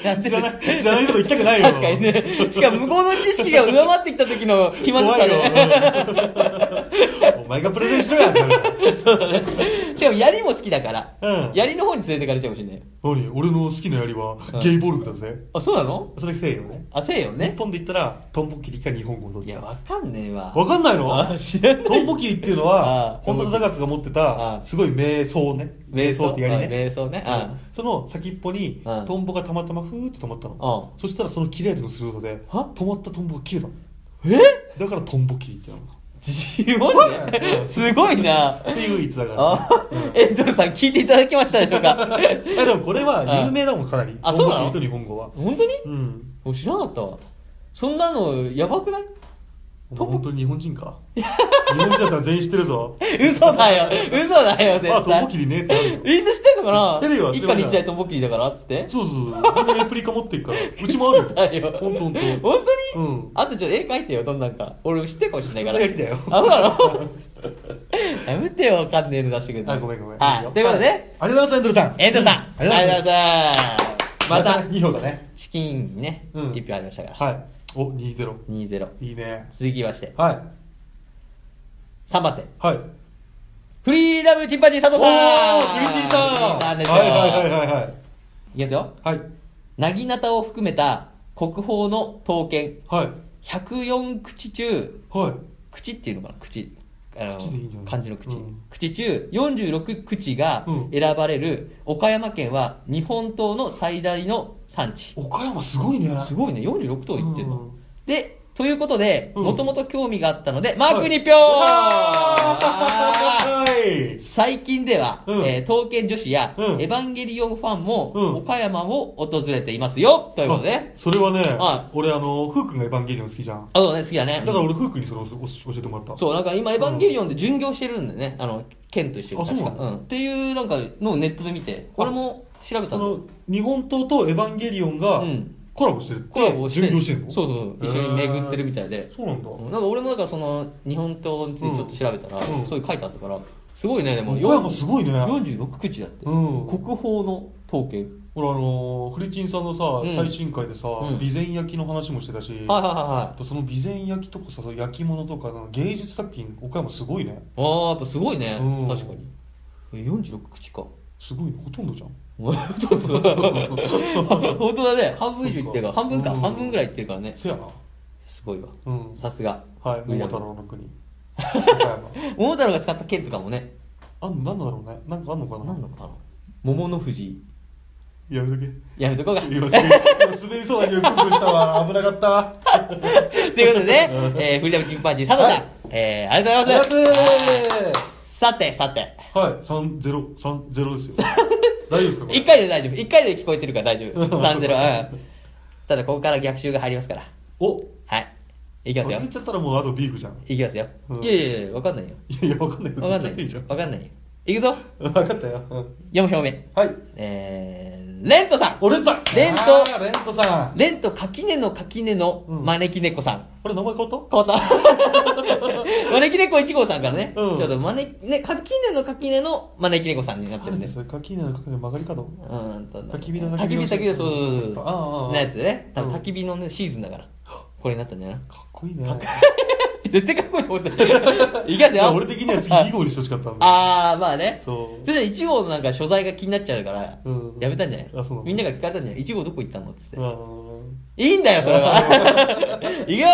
[SPEAKER 3] なんで
[SPEAKER 2] 知らない知らないこと行きたくないよ
[SPEAKER 3] 確かにね。しかも向こうの知識が上回ってきた時の 気まずさ
[SPEAKER 2] 怖いよ
[SPEAKER 3] で、ね。、
[SPEAKER 2] うんお前がプレゼンしろやってなる
[SPEAKER 3] そうだね。しかも槍も好きだから、
[SPEAKER 2] うん
[SPEAKER 3] 槍の方に連れてかれちゃうかもしれないよ。
[SPEAKER 2] 何俺の好きな槍は
[SPEAKER 3] うん
[SPEAKER 2] ゲイボルクだぜ、
[SPEAKER 3] あ、そうなの
[SPEAKER 2] それ西洋ね
[SPEAKER 3] あ、せえよ
[SPEAKER 2] 日
[SPEAKER 3] ね。
[SPEAKER 2] 本で言ったらトンボキリか日本語どっ
[SPEAKER 3] い
[SPEAKER 2] ち
[SPEAKER 3] や、
[SPEAKER 2] か
[SPEAKER 3] わかんねえわ。
[SPEAKER 2] わかんないの
[SPEAKER 3] あ知らない
[SPEAKER 2] トンボキリっていうの
[SPEAKER 3] あ
[SPEAKER 2] は本
[SPEAKER 3] トンボ
[SPEAKER 2] 田
[SPEAKER 3] キリ
[SPEAKER 2] 忠勝が持って
[SPEAKER 3] あ
[SPEAKER 2] たすごい瞑想ね
[SPEAKER 3] 瞑想
[SPEAKER 2] って槍ね
[SPEAKER 3] 瞑想ね。うん
[SPEAKER 2] その先っぽに
[SPEAKER 3] うん
[SPEAKER 2] トンボがたまたまふーって止まったの、
[SPEAKER 3] う
[SPEAKER 2] そしたらその切れ味の鋭さで
[SPEAKER 3] は
[SPEAKER 2] 止まったトンボが切れたの
[SPEAKER 3] え
[SPEAKER 2] だからトンボ切りってやるの
[SPEAKER 3] 自分
[SPEAKER 2] う
[SPEAKER 3] で
[SPEAKER 2] ん
[SPEAKER 3] すごいな。
[SPEAKER 2] っていう逸話があ
[SPEAKER 3] あエンドルさん聞いていただきましたでしょう か
[SPEAKER 2] るいやでもこれは有名だもんかなり
[SPEAKER 3] あそうなの
[SPEAKER 2] トンボ切りと日本語は
[SPEAKER 3] 本当に
[SPEAKER 2] うん
[SPEAKER 3] 俺知らなかったわ。そんなのやばくない
[SPEAKER 2] お
[SPEAKER 3] トン
[SPEAKER 2] 前
[SPEAKER 3] ボ
[SPEAKER 2] 本当に日本人か日本人だったら全員知ってるぞ
[SPEAKER 3] 嘘だよ嘘だよ絶対
[SPEAKER 2] あトンボ切りねってなるよ
[SPEAKER 3] みんな知ってんのかな
[SPEAKER 2] 知ってるよ知っ
[SPEAKER 3] 一
[SPEAKER 2] て
[SPEAKER 3] 家
[SPEAKER 2] るよ
[SPEAKER 3] に一台トンボッキリだからっつって
[SPEAKER 2] そうそうそうみんなレプリカ持ってるからうちもある
[SPEAKER 3] 嘘だよ
[SPEAKER 2] ほんとほんと
[SPEAKER 3] 本当に
[SPEAKER 2] うん
[SPEAKER 3] あとちょっと絵描いてよどんなんか俺知ってるかもしれない
[SPEAKER 2] そ
[SPEAKER 3] か
[SPEAKER 2] れ
[SPEAKER 3] ら
[SPEAKER 2] やりだよ
[SPEAKER 3] あそうだろやめてよわかんねえの出してくれて
[SPEAKER 2] あごめんごめん
[SPEAKER 3] はいということで、
[SPEAKER 2] ねありがとうございますエンドルさん
[SPEAKER 3] エンドルさん、
[SPEAKER 2] うんありがとうご
[SPEAKER 3] ざいますまた
[SPEAKER 2] 2票だね
[SPEAKER 3] チキンにね、一
[SPEAKER 2] うん
[SPEAKER 3] 票ありましたから、
[SPEAKER 2] はいお二ゼロ
[SPEAKER 3] 2ゼロ
[SPEAKER 2] いいね
[SPEAKER 3] 続きまして
[SPEAKER 2] はい
[SPEAKER 3] 3番手
[SPEAKER 2] はい
[SPEAKER 3] フリーダムチンパンジー佐
[SPEAKER 2] お
[SPEAKER 3] 藤さん
[SPEAKER 2] ーフリチンさん
[SPEAKER 3] フリーチンさんですよ、
[SPEAKER 2] はいはいはいはいはい
[SPEAKER 3] いきますよ
[SPEAKER 2] はい。
[SPEAKER 3] なぎなたを含めた国宝の刀剣
[SPEAKER 2] はい。
[SPEAKER 3] 104口中
[SPEAKER 2] はい。
[SPEAKER 3] 口っていうのかな口あの
[SPEAKER 2] 口でいいんじゃない
[SPEAKER 3] 漢字の口、
[SPEAKER 2] うん
[SPEAKER 3] 口中46口が
[SPEAKER 2] うん
[SPEAKER 3] 選ばれる岡山県は日本刀の最大の産地
[SPEAKER 2] 岡山すごいね。
[SPEAKER 3] すごいね46頭いってんの、
[SPEAKER 2] うん
[SPEAKER 3] でということで、
[SPEAKER 2] うん
[SPEAKER 3] もともと興味があったので、マークに票、あー
[SPEAKER 2] はい
[SPEAKER 3] 最近では、
[SPEAKER 2] うん
[SPEAKER 3] えー刀剣女子や、
[SPEAKER 2] うん
[SPEAKER 3] エヴァンゲリオンファンも、
[SPEAKER 2] うん
[SPEAKER 3] 岡山を訪れていますよということでね
[SPEAKER 2] あそれはね、
[SPEAKER 3] は
[SPEAKER 2] 俺あのふうくんがエヴァンゲリオン好きじゃん
[SPEAKER 3] あそうね好きだね
[SPEAKER 2] だから俺ふうくんにそれを教教えてもらった
[SPEAKER 3] そうなんか今エヴァンゲリオンで巡業してるんでねあの剣と一緒に
[SPEAKER 2] あそう
[SPEAKER 3] 確
[SPEAKER 2] な
[SPEAKER 3] か
[SPEAKER 2] の
[SPEAKER 3] うん、っていうなんかのをネットで見て俺も調べた
[SPEAKER 2] そ
[SPEAKER 3] んだよ
[SPEAKER 2] の日本刀とエヴァンゲリオンが
[SPEAKER 3] うん
[SPEAKER 2] コラボしてるって、
[SPEAKER 3] コラボして
[SPEAKER 2] 巡業してんの
[SPEAKER 3] そうそうそう一緒に巡ってるみたいで、
[SPEAKER 2] へーそうなんだ、
[SPEAKER 3] うんなんか俺もなんかその日本刀についてちょっと調べたら、
[SPEAKER 2] うんうん
[SPEAKER 3] そういう書いてあったからすごいねでも
[SPEAKER 2] 岡山すごいね
[SPEAKER 3] 46口だって、
[SPEAKER 2] うん
[SPEAKER 3] 国宝の統計
[SPEAKER 2] ほらあのーフリチンさんのさ、
[SPEAKER 3] ん
[SPEAKER 2] 最新回でさ
[SPEAKER 3] うん
[SPEAKER 2] 備前焼きの話もしてたし、
[SPEAKER 3] はいはいはいはい
[SPEAKER 2] あとその備前焼きとかさその焼き物とかなんか芸術作品岡山すごいね
[SPEAKER 3] あーやっぱすごいね、
[SPEAKER 2] うん
[SPEAKER 3] 確かにえ46口か
[SPEAKER 2] すごいねほとんどじゃん
[SPEAKER 3] ちょっと 本当だね半分以上いってるから
[SPEAKER 2] そうか
[SPEAKER 3] 半分か、
[SPEAKER 2] うん
[SPEAKER 3] 半分ぐらいいってるからね
[SPEAKER 2] せやな
[SPEAKER 3] すごいわ
[SPEAKER 2] うん
[SPEAKER 3] さすが
[SPEAKER 2] はい
[SPEAKER 3] 上
[SPEAKER 2] 桃
[SPEAKER 3] 田
[SPEAKER 2] 太郎の国岡山
[SPEAKER 3] 桃太郎が使った剣とかもね
[SPEAKER 2] あんのなんだろうねなんかあんのかな
[SPEAKER 3] 何のかな桃の富士
[SPEAKER 2] やめとけ
[SPEAKER 3] やめとこうか
[SPEAKER 2] 今滑り今滑りそうな匂いプンプンしたわ危なかった
[SPEAKER 3] ということで、えー、フリーダムチンパンジー佐藤さん、えー、ありがとうございますさてさて
[SPEAKER 2] はい3030ですよ大丈夫ですかこれ
[SPEAKER 3] 一回で大丈夫一回で聞こえてるから大丈
[SPEAKER 2] うん
[SPEAKER 3] 夫30うんただここから逆襲が入りますから
[SPEAKER 2] お
[SPEAKER 3] はいいきます
[SPEAKER 2] それ
[SPEAKER 3] よ
[SPEAKER 2] 言っちゃったらもうあとビーフじゃん
[SPEAKER 3] いきますよ、
[SPEAKER 2] うん
[SPEAKER 3] いやいやいやわかんないよ
[SPEAKER 2] いやいやわかんないけど
[SPEAKER 3] わ
[SPEAKER 2] 言
[SPEAKER 3] かん
[SPEAKER 2] っち
[SPEAKER 3] な
[SPEAKER 2] ゃっていいじゃ
[SPEAKER 3] い
[SPEAKER 2] ん
[SPEAKER 3] わかんないよいくぞ
[SPEAKER 2] 分かったよ、うん
[SPEAKER 3] 4表目
[SPEAKER 2] はい
[SPEAKER 3] えー、レントさん
[SPEAKER 2] おレントさん
[SPEAKER 3] レント
[SPEAKER 2] あーレントさん
[SPEAKER 3] レント垣根の垣根の
[SPEAKER 2] うん
[SPEAKER 3] 招き猫さん、
[SPEAKER 2] これ名前変わった
[SPEAKER 3] 変わった 招き猫1号さんからね、
[SPEAKER 2] うん
[SPEAKER 3] ちょっと招き、ね、垣根の垣根の招き猫さんになってるん
[SPEAKER 2] 何
[SPEAKER 3] で
[SPEAKER 2] ですそれ垣根の垣根曲がり角
[SPEAKER 3] うーんと
[SPEAKER 2] 焚き火の
[SPEAKER 3] 焚
[SPEAKER 2] 焚
[SPEAKER 3] き火
[SPEAKER 2] き火
[SPEAKER 3] 焚き火そうそうそう
[SPEAKER 2] ああああ
[SPEAKER 3] なやつでね多分
[SPEAKER 2] うん
[SPEAKER 3] 焚き火のねシーズンだ からこれになったんじゃない
[SPEAKER 2] かっこいいね
[SPEAKER 3] 絶対かっこいいと思っ ていきます
[SPEAKER 2] い
[SPEAKER 3] よ
[SPEAKER 2] や俺的には次
[SPEAKER 3] あ
[SPEAKER 2] 2号にしてほしかったんだ
[SPEAKER 3] あーまあねそ
[SPEAKER 2] そう
[SPEAKER 3] れじゃ1号のなんか所在が気になっちゃうから
[SPEAKER 2] うん
[SPEAKER 3] やめたんじゃない
[SPEAKER 2] あそうなんだ
[SPEAKER 3] みんなが聞かれたんじゃない1号どこ行ったのっ つって
[SPEAKER 2] うん
[SPEAKER 3] いいんだよそれは いくよ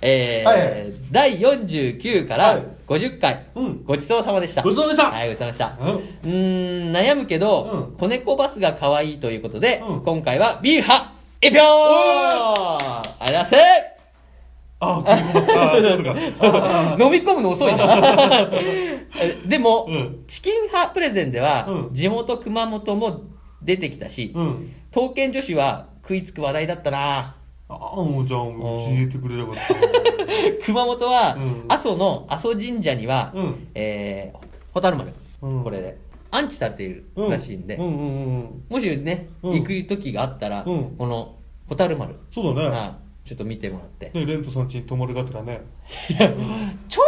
[SPEAKER 3] え
[SPEAKER 2] はい
[SPEAKER 3] ー第49から50回
[SPEAKER 2] うん
[SPEAKER 3] ごちそうさまでした
[SPEAKER 2] ごちそうさまでした
[SPEAKER 3] はいごちそうさまでした
[SPEAKER 2] うん
[SPEAKER 3] うーん、悩むけど、
[SPEAKER 2] うん
[SPEAKER 3] 子猫バスが可愛いということで、
[SPEAKER 2] うん
[SPEAKER 3] 今回は B 派一票ありがとうござい
[SPEAKER 2] ああ組み込ますかあーそういうこ とかあ
[SPEAKER 3] ます飲み込むの遅いな。 えでも、
[SPEAKER 2] うん
[SPEAKER 3] チキン派プレゼンでは、
[SPEAKER 2] うん
[SPEAKER 3] 地元熊本も出てきたし、
[SPEAKER 2] ーうん
[SPEAKER 3] 刀剣女子は食いつく話題だったな。
[SPEAKER 2] ああもうじゃあうちに入れてくれればって
[SPEAKER 3] 熊本は、
[SPEAKER 2] うん
[SPEAKER 3] 阿蘇の阿蘇神社には、
[SPEAKER 2] うん
[SPEAKER 3] えー、蛍丸、
[SPEAKER 2] うん
[SPEAKER 3] これで、安置されている
[SPEAKER 2] うん
[SPEAKER 3] らしいんで、
[SPEAKER 2] うんうんうんうん
[SPEAKER 3] もしね、
[SPEAKER 2] うん
[SPEAKER 3] 行く時があったら、
[SPEAKER 2] うん
[SPEAKER 3] この蛍丸、
[SPEAKER 2] そうだね
[SPEAKER 3] あちょっと見てもらって
[SPEAKER 2] ねレントさん家に泊まるがてらね
[SPEAKER 3] ちょいち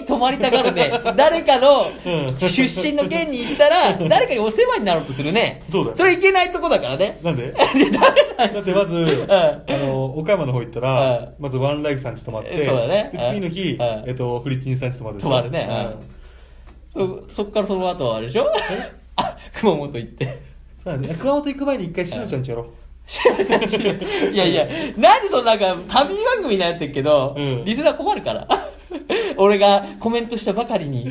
[SPEAKER 3] ょい泊まりたがるね誰かの
[SPEAKER 2] うん
[SPEAKER 3] 出身の県に行ったら誰かにお世話になろうとするね
[SPEAKER 2] そうだよ
[SPEAKER 3] それいけ ないとこだからね
[SPEAKER 2] なんで
[SPEAKER 3] 誰
[SPEAKER 2] だってまず、あの、岡山の方行った
[SPEAKER 3] う
[SPEAKER 2] ら
[SPEAKER 3] ん、
[SPEAKER 2] まずワンライフさんち泊まって、
[SPEAKER 3] そうだね
[SPEAKER 2] で次の日
[SPEAKER 3] う、ん
[SPEAKER 2] えっと、フリチンさんち泊まるでしょ
[SPEAKER 3] 泊まるねうんそそっからその後はあれでしょあ熊本行って
[SPEAKER 2] そうだね。熊本行く前に一回しのちゃんちやろう。
[SPEAKER 3] いやいやなんでそのなんか旅番組になってるけど、
[SPEAKER 2] うん
[SPEAKER 3] リスナー困るから 俺がコメントしたばかり に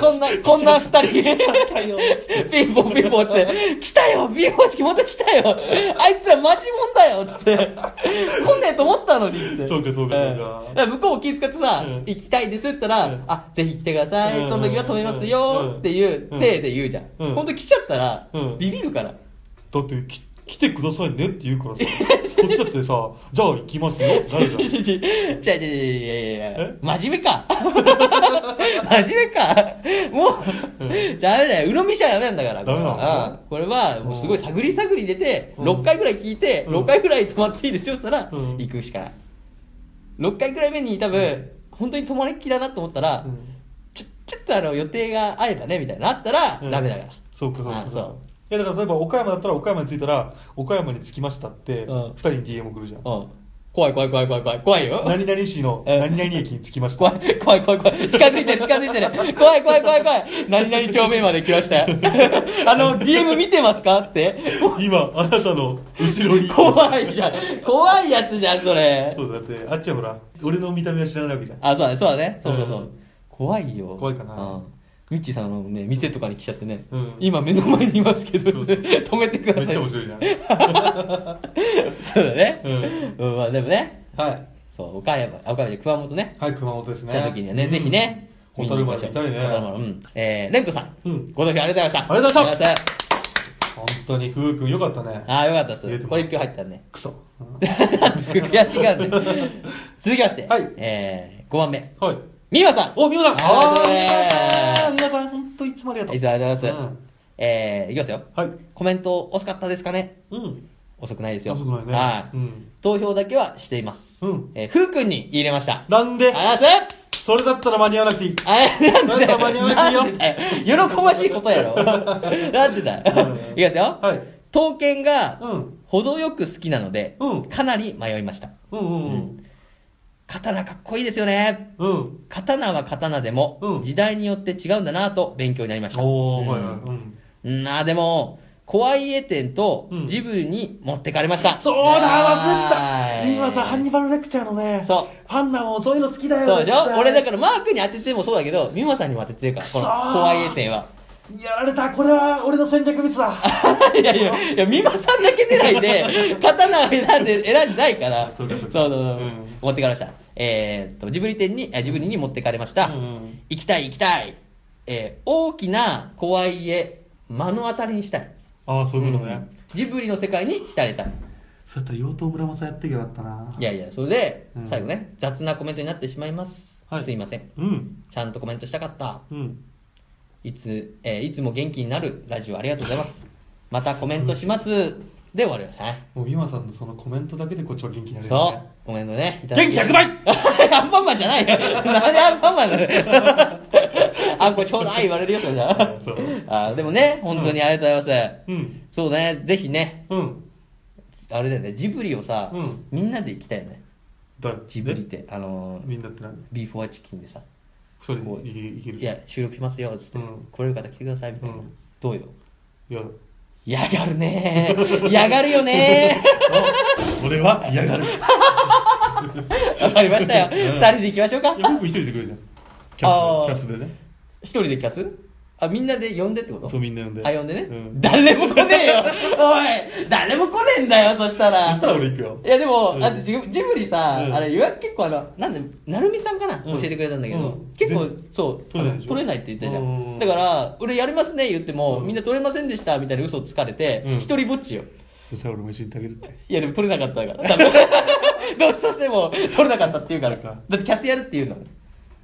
[SPEAKER 3] こんなこんな二人
[SPEAKER 2] 太陽
[SPEAKER 3] ピンポンピンポンっつって、来たよ !B48 また来たよあいつらマジもんだよつって、来ねえと思ったのにつって。
[SPEAKER 2] そうかそうかそうか
[SPEAKER 3] んだら向こうを気遣ってさ、
[SPEAKER 2] うん
[SPEAKER 3] 行きたいですって言ったら、
[SPEAKER 2] うん
[SPEAKER 3] あ、ぜひ来てください、
[SPEAKER 2] うん
[SPEAKER 3] その時は止めますよっていう、
[SPEAKER 2] うん
[SPEAKER 3] 手で言うじゃん。
[SPEAKER 2] うん
[SPEAKER 3] ほんと来ちゃったら、
[SPEAKER 2] うん
[SPEAKER 3] ビビるから。
[SPEAKER 2] だって、き来てくださいねって言うから さ、こっちだってさ、じゃあ行きますよってなるじゃん。
[SPEAKER 3] 違う違う違う違う違う違う
[SPEAKER 2] え
[SPEAKER 3] 真面目か 真面目かもう、ダメだよ鵜呑みしちゃダメなんだから
[SPEAKER 2] ダメなの
[SPEAKER 3] これはうんこれはもうすごい探り探り出て、
[SPEAKER 2] うん
[SPEAKER 3] 6回ぐらい聞いて、
[SPEAKER 2] うん
[SPEAKER 3] 6回ぐらい泊まっていいですよそしたら、
[SPEAKER 2] うん
[SPEAKER 3] 行くしかない6回ぐらい目に多分、本当に泊まりっきりだなと思ったら、
[SPEAKER 2] うん
[SPEAKER 3] ちょちょっとあの予定が合えばねみたいなのあったら、
[SPEAKER 2] うん
[SPEAKER 3] ダメだから
[SPEAKER 2] そうかそうか
[SPEAKER 3] あ
[SPEAKER 2] そう
[SPEAKER 3] そ
[SPEAKER 2] か
[SPEAKER 3] う。
[SPEAKER 2] いやだから例えば岡山だったら岡山に着いたら岡山に着きましたって
[SPEAKER 3] うん
[SPEAKER 2] 二人に DM 来るじゃん
[SPEAKER 3] うん怖い怖い怖い怖い怖い怖いよ
[SPEAKER 2] 何々市の
[SPEAKER 3] うん
[SPEAKER 2] 何々駅に着きました
[SPEAKER 3] 怖い、怖い、怖い、怖い。近づいてる、近づいてる。怖い、怖い、怖い、怖い。何々丁目まで来ましたよ。 あの、DM 見てますかって。
[SPEAKER 2] 今あなたの後ろに
[SPEAKER 3] 怖いじゃん。怖いやつじゃん、それ。
[SPEAKER 2] そうだってあっちはほら俺の見た目は知らないわけじゃん。
[SPEAKER 3] あ、そうだね、そうだね。そうそうそううん怖いよ。
[SPEAKER 2] 怖いかな
[SPEAKER 3] うん。ミッチーさんのね、店とかに来ちゃってね。
[SPEAKER 2] うん
[SPEAKER 3] 今目の前にいますけど、
[SPEAKER 2] そう
[SPEAKER 3] 止めてくださ
[SPEAKER 2] め
[SPEAKER 3] い。
[SPEAKER 2] っちゃ面白いじゃん
[SPEAKER 3] そうだね。
[SPEAKER 2] う
[SPEAKER 3] うん。まあでもね、
[SPEAKER 2] はい
[SPEAKER 3] そう、岡山、あ岡山で熊本ね。
[SPEAKER 2] はい、熊本です
[SPEAKER 3] 来
[SPEAKER 2] ね。
[SPEAKER 3] た時にはね、
[SPEAKER 2] うん
[SPEAKER 3] ぜひね。
[SPEAKER 2] ホタルマル見たいね
[SPEAKER 3] ホタルマルうん。えー、レントさん。
[SPEAKER 2] うん
[SPEAKER 3] ご投票ありがとうございました。
[SPEAKER 2] ありがとうございまし
[SPEAKER 3] ありがとうご
[SPEAKER 2] た
[SPEAKER 3] ざい
[SPEAKER 2] 本当に、ふうくんよかったね
[SPEAKER 3] ま。した。あー、よかったで
[SPEAKER 2] 入れて
[SPEAKER 3] す。
[SPEAKER 2] も
[SPEAKER 3] これ一票入ったね。
[SPEAKER 2] くそ。うん
[SPEAKER 3] 悔しがる ね。続きまして。
[SPEAKER 2] はい
[SPEAKER 3] えー、5番目。
[SPEAKER 2] はい。
[SPEAKER 3] ミーワさん。
[SPEAKER 2] お、みおさん。
[SPEAKER 3] あり
[SPEAKER 2] あー
[SPEAKER 3] がとうございます
[SPEAKER 2] 皆さん、本当いつもありがとう。
[SPEAKER 3] いつもありがとうございます。
[SPEAKER 2] うん
[SPEAKER 3] えー、いきますよ。
[SPEAKER 2] はい。
[SPEAKER 3] コメント遅かったですかね
[SPEAKER 2] うん。
[SPEAKER 3] 遅くないですよ。
[SPEAKER 2] 遅くないね。
[SPEAKER 3] はい。
[SPEAKER 2] うん。
[SPEAKER 3] 投票だけはしています。
[SPEAKER 2] うん。
[SPEAKER 3] えー、ふうくんに入れました。
[SPEAKER 2] なんで、
[SPEAKER 3] あらせ
[SPEAKER 2] それだったら間に合わなくていい。
[SPEAKER 3] あれなんで
[SPEAKER 2] なんか間に合わないよ
[SPEAKER 3] んでだよ喜ばしいことやろ なんでだよ
[SPEAKER 2] うん
[SPEAKER 3] いきますよ、
[SPEAKER 2] はい
[SPEAKER 3] 刀剣が
[SPEAKER 2] うん。
[SPEAKER 3] 程よく好きなので、
[SPEAKER 2] うん
[SPEAKER 3] かなり迷いました
[SPEAKER 2] うんうん
[SPEAKER 3] 刀かっこいいですよね
[SPEAKER 2] うん。うん。
[SPEAKER 3] 刀は刀でも、
[SPEAKER 2] うん
[SPEAKER 3] 時代によって違うんだなと勉強になりました
[SPEAKER 2] お
[SPEAKER 3] う
[SPEAKER 2] ー、
[SPEAKER 3] ん
[SPEAKER 2] はいはい。うん。
[SPEAKER 3] うんあーでも怖い絵展と
[SPEAKER 2] うん
[SPEAKER 3] ジブリに持ってかれました、
[SPEAKER 2] そうだ、忘れて
[SPEAKER 3] は
[SPEAKER 2] た。
[SPEAKER 3] い
[SPEAKER 2] 今さ、ハンニバルレクチャーのね、
[SPEAKER 3] そう
[SPEAKER 2] ファンなもそういうの好きだよ。
[SPEAKER 3] そうでし
[SPEAKER 2] 絶
[SPEAKER 3] ょ
[SPEAKER 2] 対
[SPEAKER 3] 俺だからマークに当ててもそうだけど美馬さんにも当ててるからこの
[SPEAKER 2] くそー
[SPEAKER 3] 怖い絵展は
[SPEAKER 2] やられた、これは俺の戦略ミスだ。
[SPEAKER 3] いやいや、いや、美馬さんだけ出ないで、刀を選んで、選んでないから。
[SPEAKER 2] そうかそうか
[SPEAKER 3] そうそうそう
[SPEAKER 2] うん
[SPEAKER 3] 持ってかれました。えーっと、ジブリ店に、あジブリに持ってかれました。
[SPEAKER 2] うんうん
[SPEAKER 3] 行きたい行きたい。えー大きな怖い家、目の当たりにしたい。
[SPEAKER 2] ああ、そういうこと
[SPEAKER 3] うん
[SPEAKER 2] ね。
[SPEAKER 3] ジブリの世界に浸れたい。。
[SPEAKER 2] そうやったら、妖刀村もさやってきゃよかったない
[SPEAKER 3] やいや、それで、
[SPEAKER 2] うん
[SPEAKER 3] 最後ね、雑なコメントになってしまいます。
[SPEAKER 2] はい
[SPEAKER 3] すいません。
[SPEAKER 2] うん。
[SPEAKER 3] ちゃんとコメントしたかった。
[SPEAKER 2] うん。
[SPEAKER 3] いつ、えーいつも元気になるラジオありがとうございます。またコメントします。で終わりましたね。
[SPEAKER 2] もう、美馬さんのそのコメントだけでこっちは元気になれるよ
[SPEAKER 3] そ
[SPEAKER 2] ね。
[SPEAKER 3] う。ごめんね。いただ
[SPEAKER 2] 元
[SPEAKER 3] き
[SPEAKER 2] 気
[SPEAKER 3] ます
[SPEAKER 2] 100倍
[SPEAKER 3] アンパンマンじゃないよ。なんでアンパンマン なのあんこちょうだい言われるよ、それじゃ
[SPEAKER 2] そう。
[SPEAKER 3] あでもね、本当にありがとうございます。
[SPEAKER 2] うん。
[SPEAKER 3] そうだね、ぜひね、
[SPEAKER 2] うん。
[SPEAKER 3] あれだよね、ジブリをさ、
[SPEAKER 2] うん
[SPEAKER 3] みんなで行きたいよね。
[SPEAKER 2] 誰
[SPEAKER 3] ジブリって、あのー、
[SPEAKER 2] みんなって何
[SPEAKER 3] ビーフォアチキンでさ、
[SPEAKER 2] それいけいける
[SPEAKER 3] いや、収録しますよ、つって、
[SPEAKER 2] うん
[SPEAKER 3] 来れる方来てください、みたいな。
[SPEAKER 2] うん
[SPEAKER 3] どうよ。
[SPEAKER 2] いや
[SPEAKER 3] 嫌がるね嫌がるよね
[SPEAKER 2] 俺は嫌がるい
[SPEAKER 3] わかりましたよ。二
[SPEAKER 2] うん
[SPEAKER 3] 人で行きましょうか。
[SPEAKER 2] や僕一人で来るじゃんキ
[SPEAKER 3] あー
[SPEAKER 2] ャスでキャスでね
[SPEAKER 3] 一人でキャスあ、みんなで呼んでってこと
[SPEAKER 2] そうみんな呼んで
[SPEAKER 3] あ、呼んでね。
[SPEAKER 2] うん
[SPEAKER 3] 誰も来ねえ よ。おい、誰も来ねえんだよ、そしたら。
[SPEAKER 2] そしたら俺行くよ
[SPEAKER 3] いや、でも、
[SPEAKER 2] うん
[SPEAKER 3] あジブジブリさ、
[SPEAKER 2] うん
[SPEAKER 3] あれ、予約結構あの、なんで、なるみさんかな、
[SPEAKER 2] うん
[SPEAKER 3] 教えてくれたんだけど、
[SPEAKER 2] うん
[SPEAKER 3] 結構
[SPEAKER 2] で、
[SPEAKER 3] そう、
[SPEAKER 2] 取れないでしょ
[SPEAKER 3] 取れないって言ってたじゃ。
[SPEAKER 2] うんうんうんん
[SPEAKER 3] だから、俺やりますね、言っても、
[SPEAKER 2] うん
[SPEAKER 3] みんな取れませんでした、みたいな嘘をつかれて、
[SPEAKER 2] うん
[SPEAKER 3] 一人ぼっちよ。
[SPEAKER 2] そしたら俺も一緒に行ってあげるって
[SPEAKER 3] いや、でも取れなかった から。多分どうしても、取れなかったって言うから。
[SPEAKER 2] そう
[SPEAKER 3] だ
[SPEAKER 2] か
[SPEAKER 3] ってキャスやるって言うの。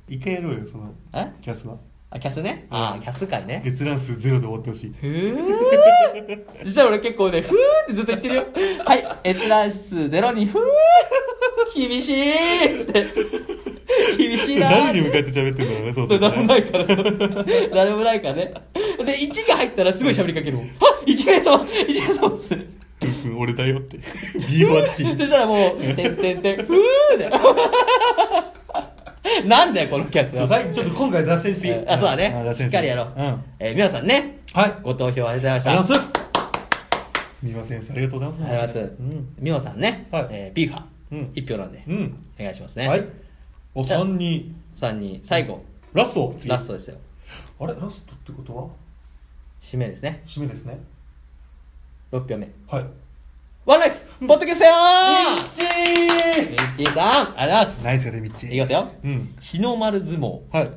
[SPEAKER 2] 一回やろうよその
[SPEAKER 3] え
[SPEAKER 2] キャスは
[SPEAKER 3] あ、キャスね。あ、キャス会ね。
[SPEAKER 2] 閲覧数ゼロで終わってほしい
[SPEAKER 3] ふーしたら俺結構ね、ふーってずっと言ってるよ。はい、閲覧数ゼロに、ふー厳しいっつって。厳しいなーっ
[SPEAKER 2] 誰に
[SPEAKER 3] て。
[SPEAKER 2] 向かって喋ってんだろうねそう
[SPEAKER 3] そ
[SPEAKER 2] す
[SPEAKER 3] う、
[SPEAKER 2] る
[SPEAKER 3] 誰
[SPEAKER 2] と
[SPEAKER 3] も
[SPEAKER 2] ね
[SPEAKER 3] ないから、そう。誰もないからね。で、1が入ったらすごい喋りかけるもん。はっ !1 名様 !1 名様っす。
[SPEAKER 2] ふうくん俺だよってビーフォーチキ
[SPEAKER 3] そ
[SPEAKER 2] ン
[SPEAKER 3] したらもう、てんてんてん、ふーだよ。なんだよ、このキャスは。
[SPEAKER 2] 最近ちょっと今回脱線しすぎ
[SPEAKER 3] あ、そうだ
[SPEAKER 2] ん
[SPEAKER 3] ね。
[SPEAKER 2] 脱
[SPEAKER 3] しっ
[SPEAKER 2] 線すぎ
[SPEAKER 3] かりやろう。
[SPEAKER 2] うんあ
[SPEAKER 3] えー皆さんね。
[SPEAKER 2] はい
[SPEAKER 3] ご投票ありがとうございました。
[SPEAKER 2] りがとうございます三輪先生ありがとうございます
[SPEAKER 3] ありがとうございます
[SPEAKER 2] ん。
[SPEAKER 3] 美穂さんね、
[SPEAKER 2] はい
[SPEAKER 3] えービーファ
[SPEAKER 2] うん
[SPEAKER 3] 一票なんで、
[SPEAKER 2] うん
[SPEAKER 3] お願いしますね。
[SPEAKER 2] はいお三人
[SPEAKER 3] さんに最後、
[SPEAKER 2] ラスト次
[SPEAKER 3] ラストですよ。
[SPEAKER 2] あれラストってことは
[SPEAKER 3] 締めですね。
[SPEAKER 2] 締めですね
[SPEAKER 3] 6票目。
[SPEAKER 2] はい
[SPEAKER 3] ワンライフポッドキャストよー
[SPEAKER 2] チー
[SPEAKER 3] ミッキーさんありがとうございます。
[SPEAKER 2] ナイスが出ミッチ
[SPEAKER 3] いきますよ。
[SPEAKER 2] うん
[SPEAKER 3] 日の丸相撲。
[SPEAKER 2] はい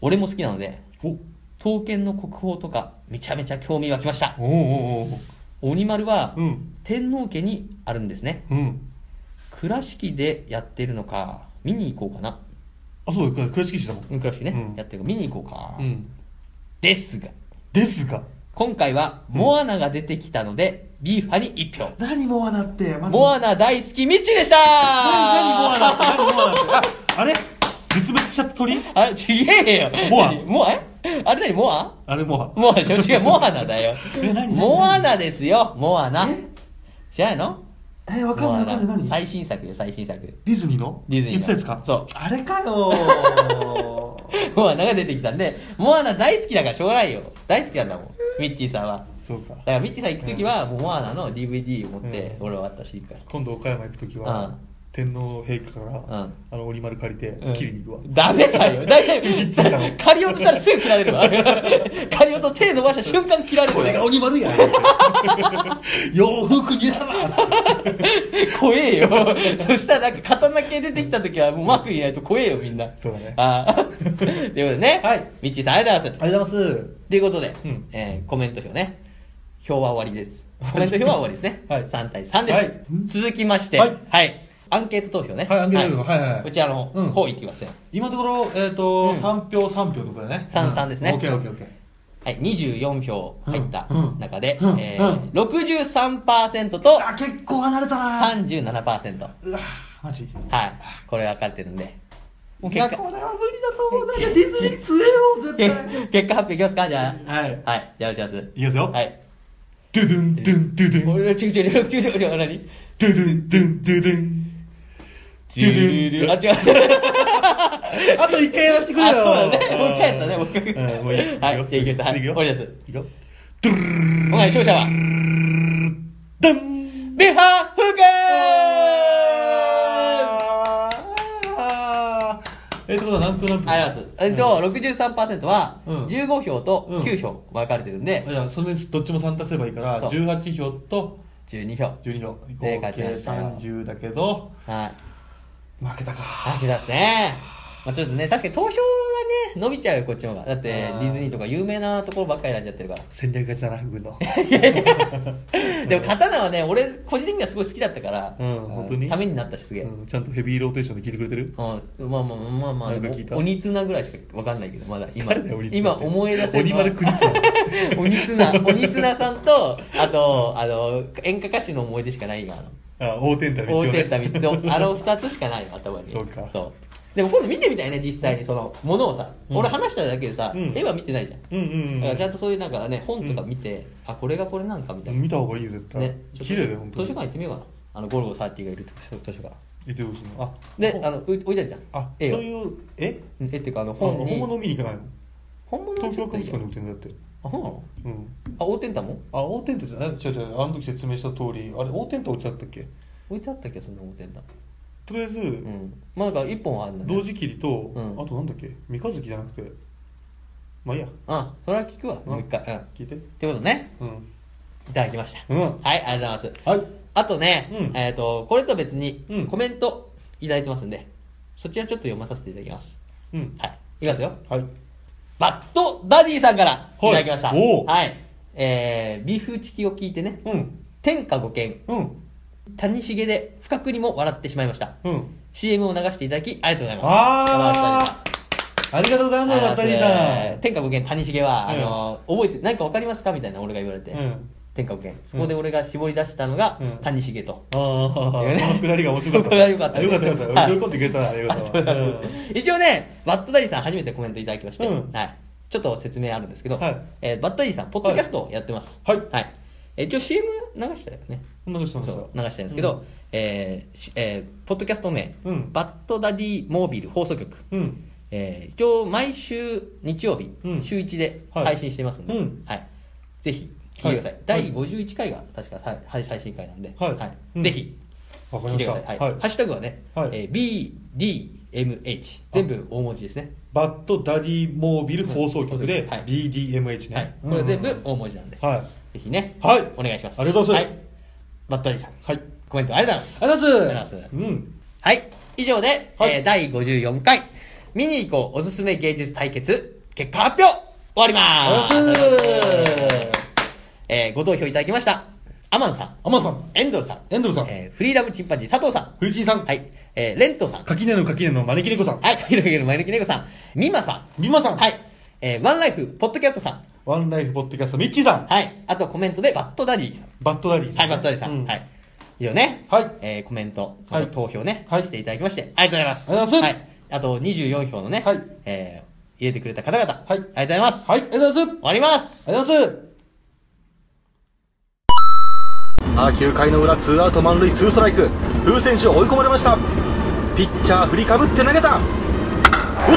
[SPEAKER 3] 俺も好きなので、
[SPEAKER 2] おおう
[SPEAKER 3] 刀剣の国宝とか、めちゃめちゃ興味湧きました。
[SPEAKER 2] おうおうおう
[SPEAKER 3] 鬼丸は、
[SPEAKER 2] うん
[SPEAKER 3] 天皇家にあるんですね。
[SPEAKER 2] うん
[SPEAKER 3] 倉敷でやってるのか、見に行こうかな。
[SPEAKER 2] あそうだ倉敷市だもん
[SPEAKER 3] うん、倉敷ね、
[SPEAKER 2] うん
[SPEAKER 3] やってるから見に行こうか。
[SPEAKER 2] うん
[SPEAKER 3] ですが、
[SPEAKER 2] ですが
[SPEAKER 3] 今回はモアナが出てきたので、ビーファに1票。
[SPEAKER 2] 何モアナってまず
[SPEAKER 3] モアナ大好きミッチーでした
[SPEAKER 2] 何モアナ
[SPEAKER 3] ー
[SPEAKER 2] って何モアナってああれ絶滅しちゃった鳥
[SPEAKER 3] あれ、ちげえよ。
[SPEAKER 2] モア
[SPEAKER 3] モアえあれ何モア
[SPEAKER 2] あれモ
[SPEAKER 3] モアでしょ違う、モアナだよ
[SPEAKER 2] え何何。何
[SPEAKER 3] モアナですよ、モアナ。知らないの
[SPEAKER 2] アえわかん
[SPEAKER 3] モ
[SPEAKER 2] な
[SPEAKER 3] ア
[SPEAKER 2] いわ
[SPEAKER 3] ナ
[SPEAKER 2] かんない何
[SPEAKER 3] 最新作よ、最新作。
[SPEAKER 2] ディズニーの
[SPEAKER 3] ディズニーの
[SPEAKER 2] いつですか
[SPEAKER 3] そう
[SPEAKER 2] あれかよー
[SPEAKER 3] モアナが出てきたんで、モアナ大好きだからしょうがないよ。大好きなんだもん、ミッチーさんは。
[SPEAKER 2] そうか
[SPEAKER 3] だからミッチーさん行くときは、もうモアナの DVD を持って、俺は渡し行くから。
[SPEAKER 2] 今度岡山行くとき
[SPEAKER 3] う
[SPEAKER 2] は
[SPEAKER 3] ん
[SPEAKER 2] 天皇陛下から、
[SPEAKER 3] ん
[SPEAKER 2] あの折り丸借りて
[SPEAKER 3] うん
[SPEAKER 2] 切りに行くわ、
[SPEAKER 3] ダメだ よ。大
[SPEAKER 2] ッチーさ
[SPEAKER 3] 体、
[SPEAKER 2] ん
[SPEAKER 3] 借りようとしたらすぐ切られるわ。 借りようと手伸ばした瞬間切られる
[SPEAKER 2] こ
[SPEAKER 3] わ
[SPEAKER 2] れが。鬼丸や 洋服にえたな
[SPEAKER 3] 怖えよ。 そしたらなんか刀系出てきた時はもううまくいないと怖えよみんな。
[SPEAKER 2] そうだね
[SPEAKER 3] あ あ。ということでね。
[SPEAKER 2] はい。
[SPEAKER 3] ミッチーさんありがとうございます。
[SPEAKER 2] ありがとうございます
[SPEAKER 3] ということで、
[SPEAKER 2] うん
[SPEAKER 3] えーコメント票ね。票は終わりです。コメント票は終わりですね。
[SPEAKER 2] はい
[SPEAKER 3] 3対3です。
[SPEAKER 2] はい
[SPEAKER 3] 続きまして、
[SPEAKER 2] はい
[SPEAKER 3] アンケート投票ね。
[SPEAKER 2] はいアンケート投票はいはいはい
[SPEAKER 3] こちらの
[SPEAKER 2] うん
[SPEAKER 3] 方いきますよ。
[SPEAKER 2] 今のところ、えっと
[SPEAKER 3] うん
[SPEAKER 2] 3票3票ってことだね
[SPEAKER 3] 三三ですね
[SPEAKER 2] オッケーオッケーオッケー
[SPEAKER 3] はい、24票入った
[SPEAKER 2] うん
[SPEAKER 3] 中で、
[SPEAKER 2] うん
[SPEAKER 3] え
[SPEAKER 2] う
[SPEAKER 3] ー、63%と
[SPEAKER 2] あ結構離れたな
[SPEAKER 3] 37%。
[SPEAKER 2] うわマジ
[SPEAKER 3] はい。これ分かってるんで。もう
[SPEAKER 2] いや
[SPEAKER 3] 結
[SPEAKER 2] こ
[SPEAKER 3] 果、
[SPEAKER 2] れは無理だと思うなんかディズニー強えよ絶対
[SPEAKER 3] 結果発表いきますかじゃあ。
[SPEAKER 2] はい
[SPEAKER 3] はい。じゃあ、お願いします。
[SPEAKER 2] いきますよ
[SPEAKER 3] はい。
[SPEAKER 2] ドゥドゥンドゥンドゥドゥン
[SPEAKER 3] 俺、ちぐちぐちぐちぐちぐちぐ、何
[SPEAKER 2] ドゥドゥンドゥンドゥドゥン
[SPEAKER 3] ちぐちぐあ、違う。
[SPEAKER 2] あと一回やらせてくれ
[SPEAKER 3] あ、
[SPEAKER 2] よ
[SPEAKER 3] そうだね。もう一回やったね。もう一
[SPEAKER 2] うんもういい
[SPEAKER 3] 回。はい。じゃあ、いきます。はい。
[SPEAKER 2] 次
[SPEAKER 3] お願い
[SPEAKER 2] 行くよ
[SPEAKER 3] します。
[SPEAKER 2] いくよ
[SPEAKER 3] お前、勝者は、
[SPEAKER 2] ダン
[SPEAKER 3] ビーハーフーク
[SPEAKER 2] あーえってことは何分何分
[SPEAKER 3] あります。えっと、63%は、
[SPEAKER 2] うん
[SPEAKER 3] 15票と
[SPEAKER 2] うん
[SPEAKER 3] 9票分かれてるんで
[SPEAKER 2] あ、じゃあそれどっちも3足せばいいから
[SPEAKER 3] そう
[SPEAKER 2] 18票と
[SPEAKER 3] 12票。
[SPEAKER 2] 12票合
[SPEAKER 3] で勝ち
[SPEAKER 2] 計
[SPEAKER 3] ましたよ
[SPEAKER 2] 30だけど
[SPEAKER 3] はい。
[SPEAKER 2] 負けたか
[SPEAKER 3] あ、けたですね。まあちょっとね、確かに投票はね、伸びちゃうよ、こっちの方が。だって、デ
[SPEAKER 2] あー
[SPEAKER 3] ィズニーとか有名なところばっかり選んじゃってるから。
[SPEAKER 2] 戦略勝ちだな軍の
[SPEAKER 3] でも、刀はね、俺、個人的にはすごい好きだったから、
[SPEAKER 2] うん本当に
[SPEAKER 3] ためになったし、すげえ。
[SPEAKER 2] うんちゃんとヘビーローテーションで聞いてくれてる
[SPEAKER 3] うん、まあまあまあまあ、
[SPEAKER 2] なん
[SPEAKER 3] で
[SPEAKER 2] か
[SPEAKER 3] も
[SPEAKER 2] 聞いた
[SPEAKER 3] 鬼綱ぐらいしかわかんないけど、まだ今
[SPEAKER 2] 誰だよ鬼、綱
[SPEAKER 3] 今思い出せる
[SPEAKER 2] 鬼
[SPEAKER 3] のは
[SPEAKER 2] 丸クリッツ ァ
[SPEAKER 3] 鬼綱、鬼綱さんと、あと、あの、演歌歌手の思い出しかない今、あの
[SPEAKER 2] あ大天太
[SPEAKER 3] 大手
[SPEAKER 2] ね
[SPEAKER 3] た三つを、あの二つしかないの、頭に。
[SPEAKER 2] そうか
[SPEAKER 3] うでも今度見てみたいね、実際にその、ものをさ、
[SPEAKER 2] うん
[SPEAKER 3] 俺話しただけでさ、
[SPEAKER 2] うん
[SPEAKER 3] 絵は見てないじゃん。だ
[SPEAKER 2] うんうん
[SPEAKER 3] からちゃ
[SPEAKER 2] うん
[SPEAKER 3] とそういうなんかね、本とか見て、あ、これがこれなんかみたい
[SPEAKER 2] ん
[SPEAKER 3] な。
[SPEAKER 2] 見た方がいいよ絶対
[SPEAKER 3] ね、
[SPEAKER 2] 綺麗だよ本当
[SPEAKER 3] 図書
[SPEAKER 2] に
[SPEAKER 3] 館行ってみようかな。あの、ゴルゴ30がいる図書図書館。
[SPEAKER 2] えどうするのあ
[SPEAKER 3] で、
[SPEAKER 2] ほ
[SPEAKER 3] あの、う置いてあるじゃん。
[SPEAKER 2] あそう
[SPEAKER 3] 絵を。
[SPEAKER 2] いうえ
[SPEAKER 3] うん絵っていうか、あの、
[SPEAKER 2] あの
[SPEAKER 3] 本に。
[SPEAKER 2] 本物見に行かないの
[SPEAKER 3] 本物
[SPEAKER 2] 東京
[SPEAKER 3] は
[SPEAKER 2] 博物
[SPEAKER 3] ち
[SPEAKER 2] 館
[SPEAKER 3] ょっといい
[SPEAKER 2] に
[SPEAKER 3] よ
[SPEAKER 2] 売ってるんだって
[SPEAKER 3] あ、そうなの
[SPEAKER 2] うん
[SPEAKER 3] あ、大天太も
[SPEAKER 2] あ大天太じゃない違う違うあの時説明した通りあれ大天太落ちだったっけ
[SPEAKER 3] 置いてあったっけそんな大天太。
[SPEAKER 2] とりあえず、
[SPEAKER 3] うん。まあなんか一本はあるんだね
[SPEAKER 2] 同時切りと、
[SPEAKER 3] うん
[SPEAKER 2] あとなんだっけ三日月じゃなくてまあいいや
[SPEAKER 3] あ、それは聞くわ、もう一回。うん。っ
[SPEAKER 2] 聞いて
[SPEAKER 3] てことね、
[SPEAKER 2] うん
[SPEAKER 3] いただきました。
[SPEAKER 2] うん
[SPEAKER 3] はい、ありがとうございます。
[SPEAKER 2] はい
[SPEAKER 3] あとね、
[SPEAKER 2] うん
[SPEAKER 3] えっ、と、これと別に
[SPEAKER 2] うん
[SPEAKER 3] コメントいただいてますんで、そちらちょっと読まさせていただきます。
[SPEAKER 2] うん
[SPEAKER 3] はい。いきますよ。
[SPEAKER 2] はい
[SPEAKER 3] バッドダディさんからいただきました。
[SPEAKER 2] はいおう
[SPEAKER 3] はい。えー、ビーフチキを聞いてね、
[SPEAKER 2] うん
[SPEAKER 3] 天下五剣、
[SPEAKER 2] うん
[SPEAKER 3] 谷繁で不覚にも笑ってしまいました。
[SPEAKER 2] うん
[SPEAKER 3] CM を流していただき、ありがとうございます。
[SPEAKER 2] あーありがとうございますバッタリーさ
[SPEAKER 3] 天下五剣、谷繁は、
[SPEAKER 2] うん
[SPEAKER 3] あの、覚えて、何かわかりますかみたいな俺が言われて、
[SPEAKER 2] んうん
[SPEAKER 3] 天下五剣。そこで俺が絞り出したのが、
[SPEAKER 2] うん
[SPEAKER 3] 谷繁と。
[SPEAKER 2] ああ、
[SPEAKER 3] ね
[SPEAKER 2] そのくだりが面白か
[SPEAKER 3] その
[SPEAKER 2] った。
[SPEAKER 3] くだり良かったね
[SPEAKER 2] あよかったよかった。
[SPEAKER 3] はい
[SPEAKER 2] 喜んでくれたらありがとう。
[SPEAKER 3] 一応ね、バッドダディさん初めてコメントいただきまして、
[SPEAKER 2] うん
[SPEAKER 3] はい、ちょっと説明あるんですけど、
[SPEAKER 2] はい
[SPEAKER 3] えーバッドダディさん、ポッドキャストをやってます。
[SPEAKER 2] はい
[SPEAKER 3] はい。えー一応 CM 流したよね。
[SPEAKER 2] こんなことしてまし
[SPEAKER 3] そ
[SPEAKER 2] た。
[SPEAKER 3] う流したんですけど、えーしえーポッドキャスト名、
[SPEAKER 2] うん
[SPEAKER 3] バッドダディモービル放送局、
[SPEAKER 2] うん。うん。
[SPEAKER 3] えー一応毎週日曜日、
[SPEAKER 2] うん
[SPEAKER 3] 週1で
[SPEAKER 2] はい
[SPEAKER 3] 配信してますので、
[SPEAKER 2] うん
[SPEAKER 3] はいぜひ聞いてください、
[SPEAKER 2] はい
[SPEAKER 3] 第51回が確かさはい最新回なんで、
[SPEAKER 2] はいうん
[SPEAKER 3] ぜひ
[SPEAKER 2] わかり
[SPEAKER 3] 聞いて
[SPEAKER 2] まし
[SPEAKER 3] く
[SPEAKER 2] た。
[SPEAKER 3] ださい、はいハッシュタグはね、
[SPEAKER 2] はい
[SPEAKER 3] えー BDMH 全部大文字ですね
[SPEAKER 2] バッドダディモービル放送局
[SPEAKER 3] う
[SPEAKER 2] で
[SPEAKER 3] んはい
[SPEAKER 2] BDMH ね。
[SPEAKER 3] はい、これ全部
[SPEAKER 2] うん
[SPEAKER 3] 大文字なんで、
[SPEAKER 2] はい。
[SPEAKER 3] ぜひね、
[SPEAKER 2] はい
[SPEAKER 3] お願いします
[SPEAKER 2] ありがとうございます
[SPEAKER 3] はバッタリーさん
[SPEAKER 2] はい。
[SPEAKER 3] コメントありがとうございます
[SPEAKER 2] ありがとうご
[SPEAKER 3] あ
[SPEAKER 2] ざいま
[SPEAKER 3] りがと
[SPEAKER 2] す
[SPEAKER 3] うござい。
[SPEAKER 2] うん。
[SPEAKER 3] はい以上で、
[SPEAKER 2] はい
[SPEAKER 3] えー第54回見に行こうおすすめ芸術対決結果発表終わりま
[SPEAKER 2] あ
[SPEAKER 3] す
[SPEAKER 2] りがとうございます。
[SPEAKER 3] えーご投票いただきましたアマンさん
[SPEAKER 2] アマンさん、
[SPEAKER 3] エンドルさん
[SPEAKER 2] エンドルさん、
[SPEAKER 3] えーフリーダムチンパンジー佐藤さ
[SPEAKER 2] フルチンさん、
[SPEAKER 3] んはい、えーレントさん
[SPEAKER 2] 垣根の垣根の招き猫さん、
[SPEAKER 3] はい かけるかける前抜き猫さんミマさん
[SPEAKER 2] ミマさん、
[SPEAKER 3] はい、えーワンライフポッドキャストさん
[SPEAKER 2] ワンライフポッドキャスト、ミッチーさん、
[SPEAKER 3] はいあとコメントでバッドダディさん
[SPEAKER 2] バッドダディ
[SPEAKER 3] はい、バッタリーさん。
[SPEAKER 2] う
[SPEAKER 3] はい。以上ね。
[SPEAKER 2] はい
[SPEAKER 3] えーコメント、そ
[SPEAKER 2] は
[SPEAKER 3] の
[SPEAKER 2] い
[SPEAKER 3] 投票ね、
[SPEAKER 2] はい
[SPEAKER 3] していただきまして、ありがとうございます。
[SPEAKER 2] ありがとうござい
[SPEAKER 3] は
[SPEAKER 2] ます
[SPEAKER 3] い。あと24票のね、
[SPEAKER 2] はい
[SPEAKER 3] えー入れてくれた方々、あ
[SPEAKER 2] はい
[SPEAKER 3] りがとうございます。
[SPEAKER 2] はい、ありがとうございます。
[SPEAKER 3] 終わります。
[SPEAKER 2] ありがとうございます。
[SPEAKER 5] あー9回の裏ツーアウト満塁ツーストライク風選手追い込まれましたピッチャー振りかぶって投げた打っ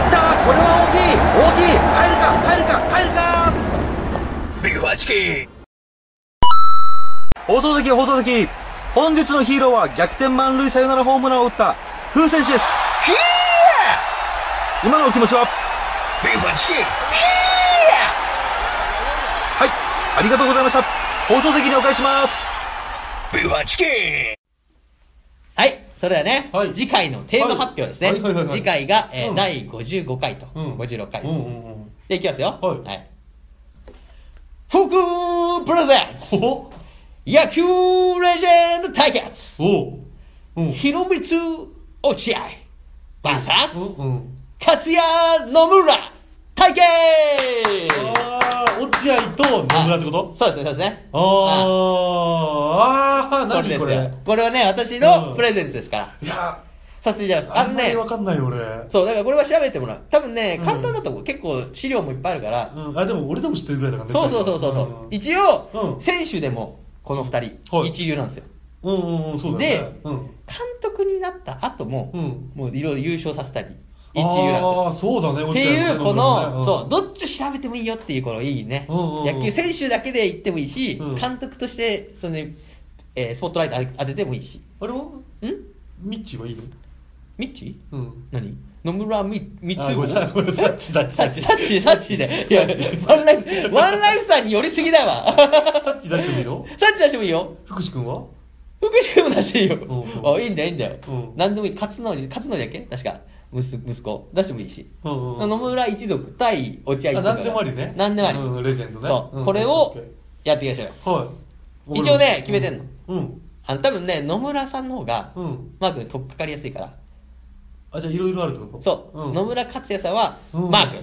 [SPEAKER 5] たこれは大きい大きい入るか入るか入るかビッグファーチキン放送席放送席本日のヒーローは逆転満塁サヨナラホームランを打った風選手です今のお気持ちははいありがとうございました放送席にお返しします
[SPEAKER 3] はい。それではね、
[SPEAKER 2] はい
[SPEAKER 3] 次回のテーマ発表ですね。
[SPEAKER 2] はいはいはいはい
[SPEAKER 3] 次回が、えー
[SPEAKER 2] うん
[SPEAKER 3] 第55回と、56回です。
[SPEAKER 2] うんうんうん。
[SPEAKER 3] で、いきますよ。
[SPEAKER 2] はい
[SPEAKER 3] はい。福プレゼンツ
[SPEAKER 2] お
[SPEAKER 3] 野球レジェンド対決
[SPEAKER 2] おうん。
[SPEAKER 3] 広光落合 VS
[SPEAKER 2] うんうん。
[SPEAKER 3] 勝也野村対決
[SPEAKER 2] ああ、落合と野村ってこと
[SPEAKER 3] そうですね、そうですね。
[SPEAKER 2] あー
[SPEAKER 3] こ
[SPEAKER 2] あー、
[SPEAKER 3] れ
[SPEAKER 2] 何
[SPEAKER 3] です
[SPEAKER 2] こ
[SPEAKER 3] よ
[SPEAKER 2] れ。。
[SPEAKER 3] これはね、私
[SPEAKER 2] う
[SPEAKER 3] の
[SPEAKER 2] ん
[SPEAKER 3] プレゼントですから。
[SPEAKER 2] いや
[SPEAKER 3] させていただきます。
[SPEAKER 2] あ
[SPEAKER 3] あ
[SPEAKER 2] ん
[SPEAKER 3] の
[SPEAKER 2] まり
[SPEAKER 3] ね、
[SPEAKER 2] わかんない俺。
[SPEAKER 3] そう、だからこれは調べてもらう。多分ね
[SPEAKER 2] う、ん
[SPEAKER 3] 簡単だと思う。結構資料もいっぱいあるから。
[SPEAKER 2] うん、あ、でも俺でも知ってるぐらいだからね。
[SPEAKER 3] そうそうそうそう。うん一応、
[SPEAKER 2] うん
[SPEAKER 3] 選手でも、この二人、
[SPEAKER 2] はい
[SPEAKER 3] 一流なんですよ。
[SPEAKER 2] うんうんうん、そうだよね。うん。
[SPEAKER 3] 監督になった後も、
[SPEAKER 2] うん
[SPEAKER 3] もういろいろ優勝させたり、一流なんです
[SPEAKER 2] あ
[SPEAKER 3] よ。
[SPEAKER 2] あ、そうだね、落合
[SPEAKER 3] っていう、この、そう、
[SPEAKER 2] う
[SPEAKER 3] どっち調べてもいいよっていう、このいいね。
[SPEAKER 2] うんうんうん
[SPEAKER 3] 野球選手だけで言ってもいいし、
[SPEAKER 2] うん
[SPEAKER 3] 監督として、その、えースポットライト当ててもいいし。
[SPEAKER 2] あれは
[SPEAKER 3] ん
[SPEAKER 2] ミッチーはいいの
[SPEAKER 3] ミッチ
[SPEAKER 2] うん。
[SPEAKER 3] 何野村み三つ
[SPEAKER 2] あごめんなさいごめんなさいサッチ
[SPEAKER 3] サ
[SPEAKER 2] サ
[SPEAKER 3] ッ
[SPEAKER 2] ッ
[SPEAKER 3] チ
[SPEAKER 2] チ
[SPEAKER 3] サッチサッチで。いや、ワンライフ、ワンライフさんに寄りすぎだわ。
[SPEAKER 2] さっき出してみるよ。
[SPEAKER 3] サッチ出してもいいよ。
[SPEAKER 2] 福士君は
[SPEAKER 3] 福士君も出していいよ
[SPEAKER 2] うんそ。う
[SPEAKER 3] あ、いいんだよ、いいんだよ
[SPEAKER 2] うん。
[SPEAKER 3] 何でもいい。勝則、勝則だっけ確か。息息子。出してもいいし。
[SPEAKER 2] うん
[SPEAKER 3] 野村一族対落合一族。
[SPEAKER 2] あ何でもありね
[SPEAKER 3] 何でもあり。
[SPEAKER 2] うんレジェンドね
[SPEAKER 3] そうう。
[SPEAKER 2] ん
[SPEAKER 3] これ
[SPEAKER 2] オッ
[SPEAKER 3] を
[SPEAKER 2] ケー
[SPEAKER 3] やっていきましょうよ。
[SPEAKER 2] はい
[SPEAKER 3] 一応ね決めてんの
[SPEAKER 2] うん
[SPEAKER 3] あの、多分ね、野村さんの方が、
[SPEAKER 2] うん
[SPEAKER 3] マークに取っかかりやすいから。
[SPEAKER 2] あじゃあいろいろあるってこと
[SPEAKER 3] そう。
[SPEAKER 2] ん
[SPEAKER 3] 野村克也さんは、
[SPEAKER 2] うん
[SPEAKER 3] マー君。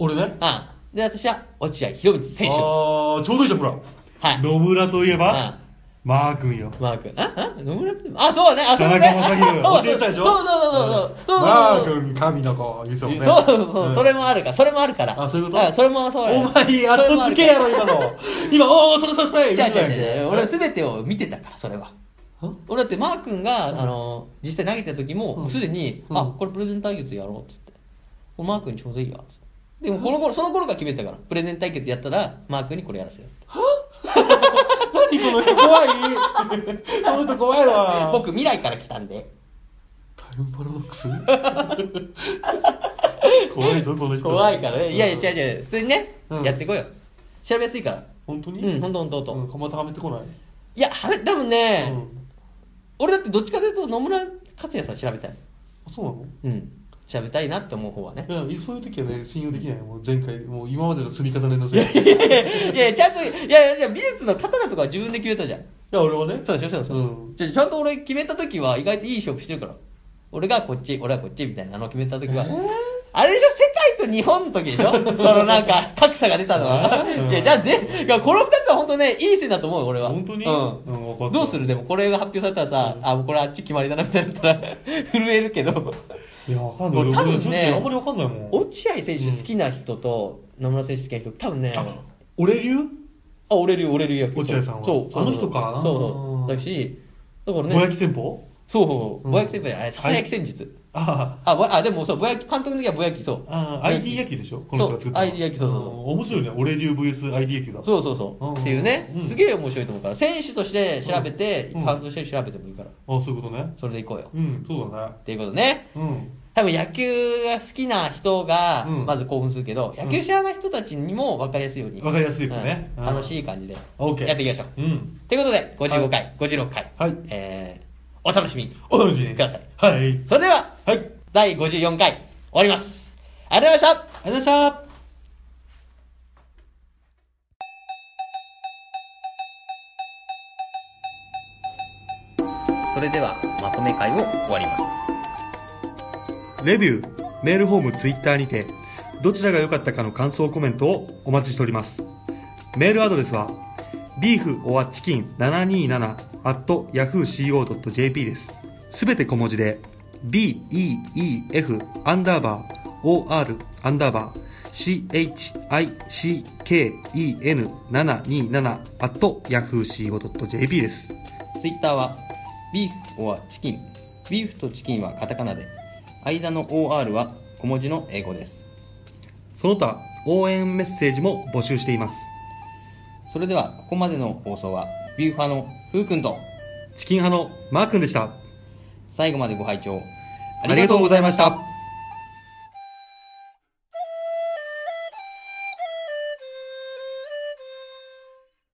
[SPEAKER 2] 俺ね
[SPEAKER 3] ああで、私は落合博満選手。は
[SPEAKER 2] ああちょうどいいじゃんほら
[SPEAKER 3] い。
[SPEAKER 2] 野村といえば
[SPEAKER 3] あ
[SPEAKER 2] マー君よ
[SPEAKER 3] マー君。ああ野村君あ、そうだね。 あ、そうだね。
[SPEAKER 2] 田中将
[SPEAKER 3] あ
[SPEAKER 2] 大教えてたでしょ
[SPEAKER 3] そうそうそうそう。
[SPEAKER 2] ん
[SPEAKER 3] そ
[SPEAKER 2] マ
[SPEAKER 3] うそうそうそう
[SPEAKER 2] ー君神の子言うてたもんね
[SPEAKER 3] そうそうそう、
[SPEAKER 2] ん
[SPEAKER 3] それもあるから、それもあるから。
[SPEAKER 2] あそういうこと
[SPEAKER 3] んそれもそうだよ
[SPEAKER 2] お前後付けやろ今の今おおそれそれそれ
[SPEAKER 3] 違う
[SPEAKER 2] 言うて
[SPEAKER 3] 違
[SPEAKER 2] たや
[SPEAKER 3] うん違う
[SPEAKER 2] け
[SPEAKER 3] 違う。俺すべてを見てたから、それは。俺だってマー君が、あの、実際投げた時も、
[SPEAKER 2] うん
[SPEAKER 3] すでに、
[SPEAKER 2] うん
[SPEAKER 3] あ、これプレゼン対決やろう、っつって。これマー君ちょうどいいわ、つって。でもこの頃、その頃から決めてたから、プレゼン対決やったら、マー君にこれやらせよう。
[SPEAKER 2] 何この人怖い この人怖いわ
[SPEAKER 3] 僕未来から来たんで。
[SPEAKER 2] タイムパラド ックス怖いぞこの人
[SPEAKER 3] 怖いからね。いやいや、
[SPEAKER 2] う
[SPEAKER 3] 違う違う。普通にね、
[SPEAKER 2] うん
[SPEAKER 3] やってこいよ。調べやすいから。
[SPEAKER 2] 本当に
[SPEAKER 3] うん、ほんとほんとほんと。
[SPEAKER 2] うん蒲田はめてこない
[SPEAKER 3] いや、はめ、多分ね、
[SPEAKER 2] うん
[SPEAKER 3] 俺だってどっちかというと野村克也さん調べたい。
[SPEAKER 2] あそうなの
[SPEAKER 3] うん。調べたいなって思う方はね。
[SPEAKER 2] いやそういう時はね信用できないもう前回もう今までの積み重ねのせい
[SPEAKER 3] い
[SPEAKER 2] い
[SPEAKER 3] やいやいや、ちゃんと、いやいや、美術の刀とかは自分で決めたじゃん。
[SPEAKER 2] や俺はね
[SPEAKER 3] そうでしょ、そうでしょ。
[SPEAKER 2] うん
[SPEAKER 3] ちょちゃんと俺決めた時は意外といい勝負してるから。俺がこっち、俺はこっちみたいなのを決めた時は。あれでしょ世界と日本の時 でしょそのなんか、格差が出たのは。
[SPEAKER 2] うん
[SPEAKER 3] いや、じゃあで、いやこの二つは本当ね、いい線だと思うよ、俺は。
[SPEAKER 2] 本当に
[SPEAKER 3] うん。
[SPEAKER 2] うん分かった
[SPEAKER 3] どうするでもこれが発表されたらさ、あ、もうこれあっち決まりだな、みたいになったら、 震えるけど。
[SPEAKER 2] いやわかんない
[SPEAKER 3] 俺
[SPEAKER 2] 俺
[SPEAKER 3] 多分ね
[SPEAKER 2] 正直あんまりわかんないもん
[SPEAKER 3] 落合選手好きな人と、野村選手好きな人、多分ね、
[SPEAKER 2] あ俺流
[SPEAKER 3] あ、折れるよ、折れるよ。
[SPEAKER 2] 落合さんは
[SPEAKER 3] そう。そう
[SPEAKER 2] あの人か
[SPEAKER 3] そうそうう。
[SPEAKER 2] ん
[SPEAKER 3] だし、だから
[SPEAKER 2] ぼや
[SPEAKER 3] ね
[SPEAKER 2] き、戦法
[SPEAKER 3] そうそう、
[SPEAKER 2] うん
[SPEAKER 3] ぼやき先輩、あれ、ささやき戦術。
[SPEAKER 2] あ
[SPEAKER 3] あ、ぼやあ、でもそう、ぼやき、監督の時はぼやき、そう。
[SPEAKER 2] ああ
[SPEAKER 3] ぼや
[SPEAKER 2] ID 野球でしょこの人が作ったの
[SPEAKER 3] そう ID 野球そうそうそうん
[SPEAKER 2] 面白いね俺流 VSID 野球だ
[SPEAKER 3] そうそうそう、
[SPEAKER 2] うん
[SPEAKER 3] っていうね、
[SPEAKER 2] うん
[SPEAKER 3] すげえ面白いと思うから、選手として調べて、
[SPEAKER 2] うん
[SPEAKER 3] 監督として調べてもいいから、
[SPEAKER 2] あそういうことね
[SPEAKER 3] それでいこうよ。
[SPEAKER 2] うんそうだね
[SPEAKER 3] っていうことね。
[SPEAKER 2] うん
[SPEAKER 3] 多分野球が好きな人が
[SPEAKER 2] う、ん
[SPEAKER 3] まず興奮するけど、野球知らない人たちにも分かりやすいように。
[SPEAKER 2] わかりやすいよね
[SPEAKER 3] うん楽しい感じで、
[SPEAKER 2] オッケー
[SPEAKER 3] やっていきましょう。
[SPEAKER 2] うん
[SPEAKER 3] ということで、55回、56回、
[SPEAKER 2] はい
[SPEAKER 3] えー、お楽しみに。
[SPEAKER 2] お楽しみに
[SPEAKER 3] ください
[SPEAKER 2] はい
[SPEAKER 3] それでは、
[SPEAKER 2] はいあり
[SPEAKER 3] 第54回、終わります。ありがとうございました
[SPEAKER 2] がとうございました
[SPEAKER 1] それではまとめ会を終わります
[SPEAKER 2] レビュー、メールフォーム、ツイッターにて、どちらが良かったかの感想コメントをお待ちしております。メールアドレスは、beeforchicken727-yahooco.jp です。すべて小文字で、beef アンダーバー or アンダーバー chicken727-yahooco.jp です。
[SPEAKER 3] ツイッターは、ビーフ or チキン。ビーフとチキンはカタカナで、間の OR は小文字の英語です。
[SPEAKER 2] その他、応援メッセージも募集しています。
[SPEAKER 3] それでは、ここまでの放送は、ビューファーのふうくんと、チキン派のマー君でした。
[SPEAKER 2] 最後までご拝聴
[SPEAKER 3] ありがとうございました。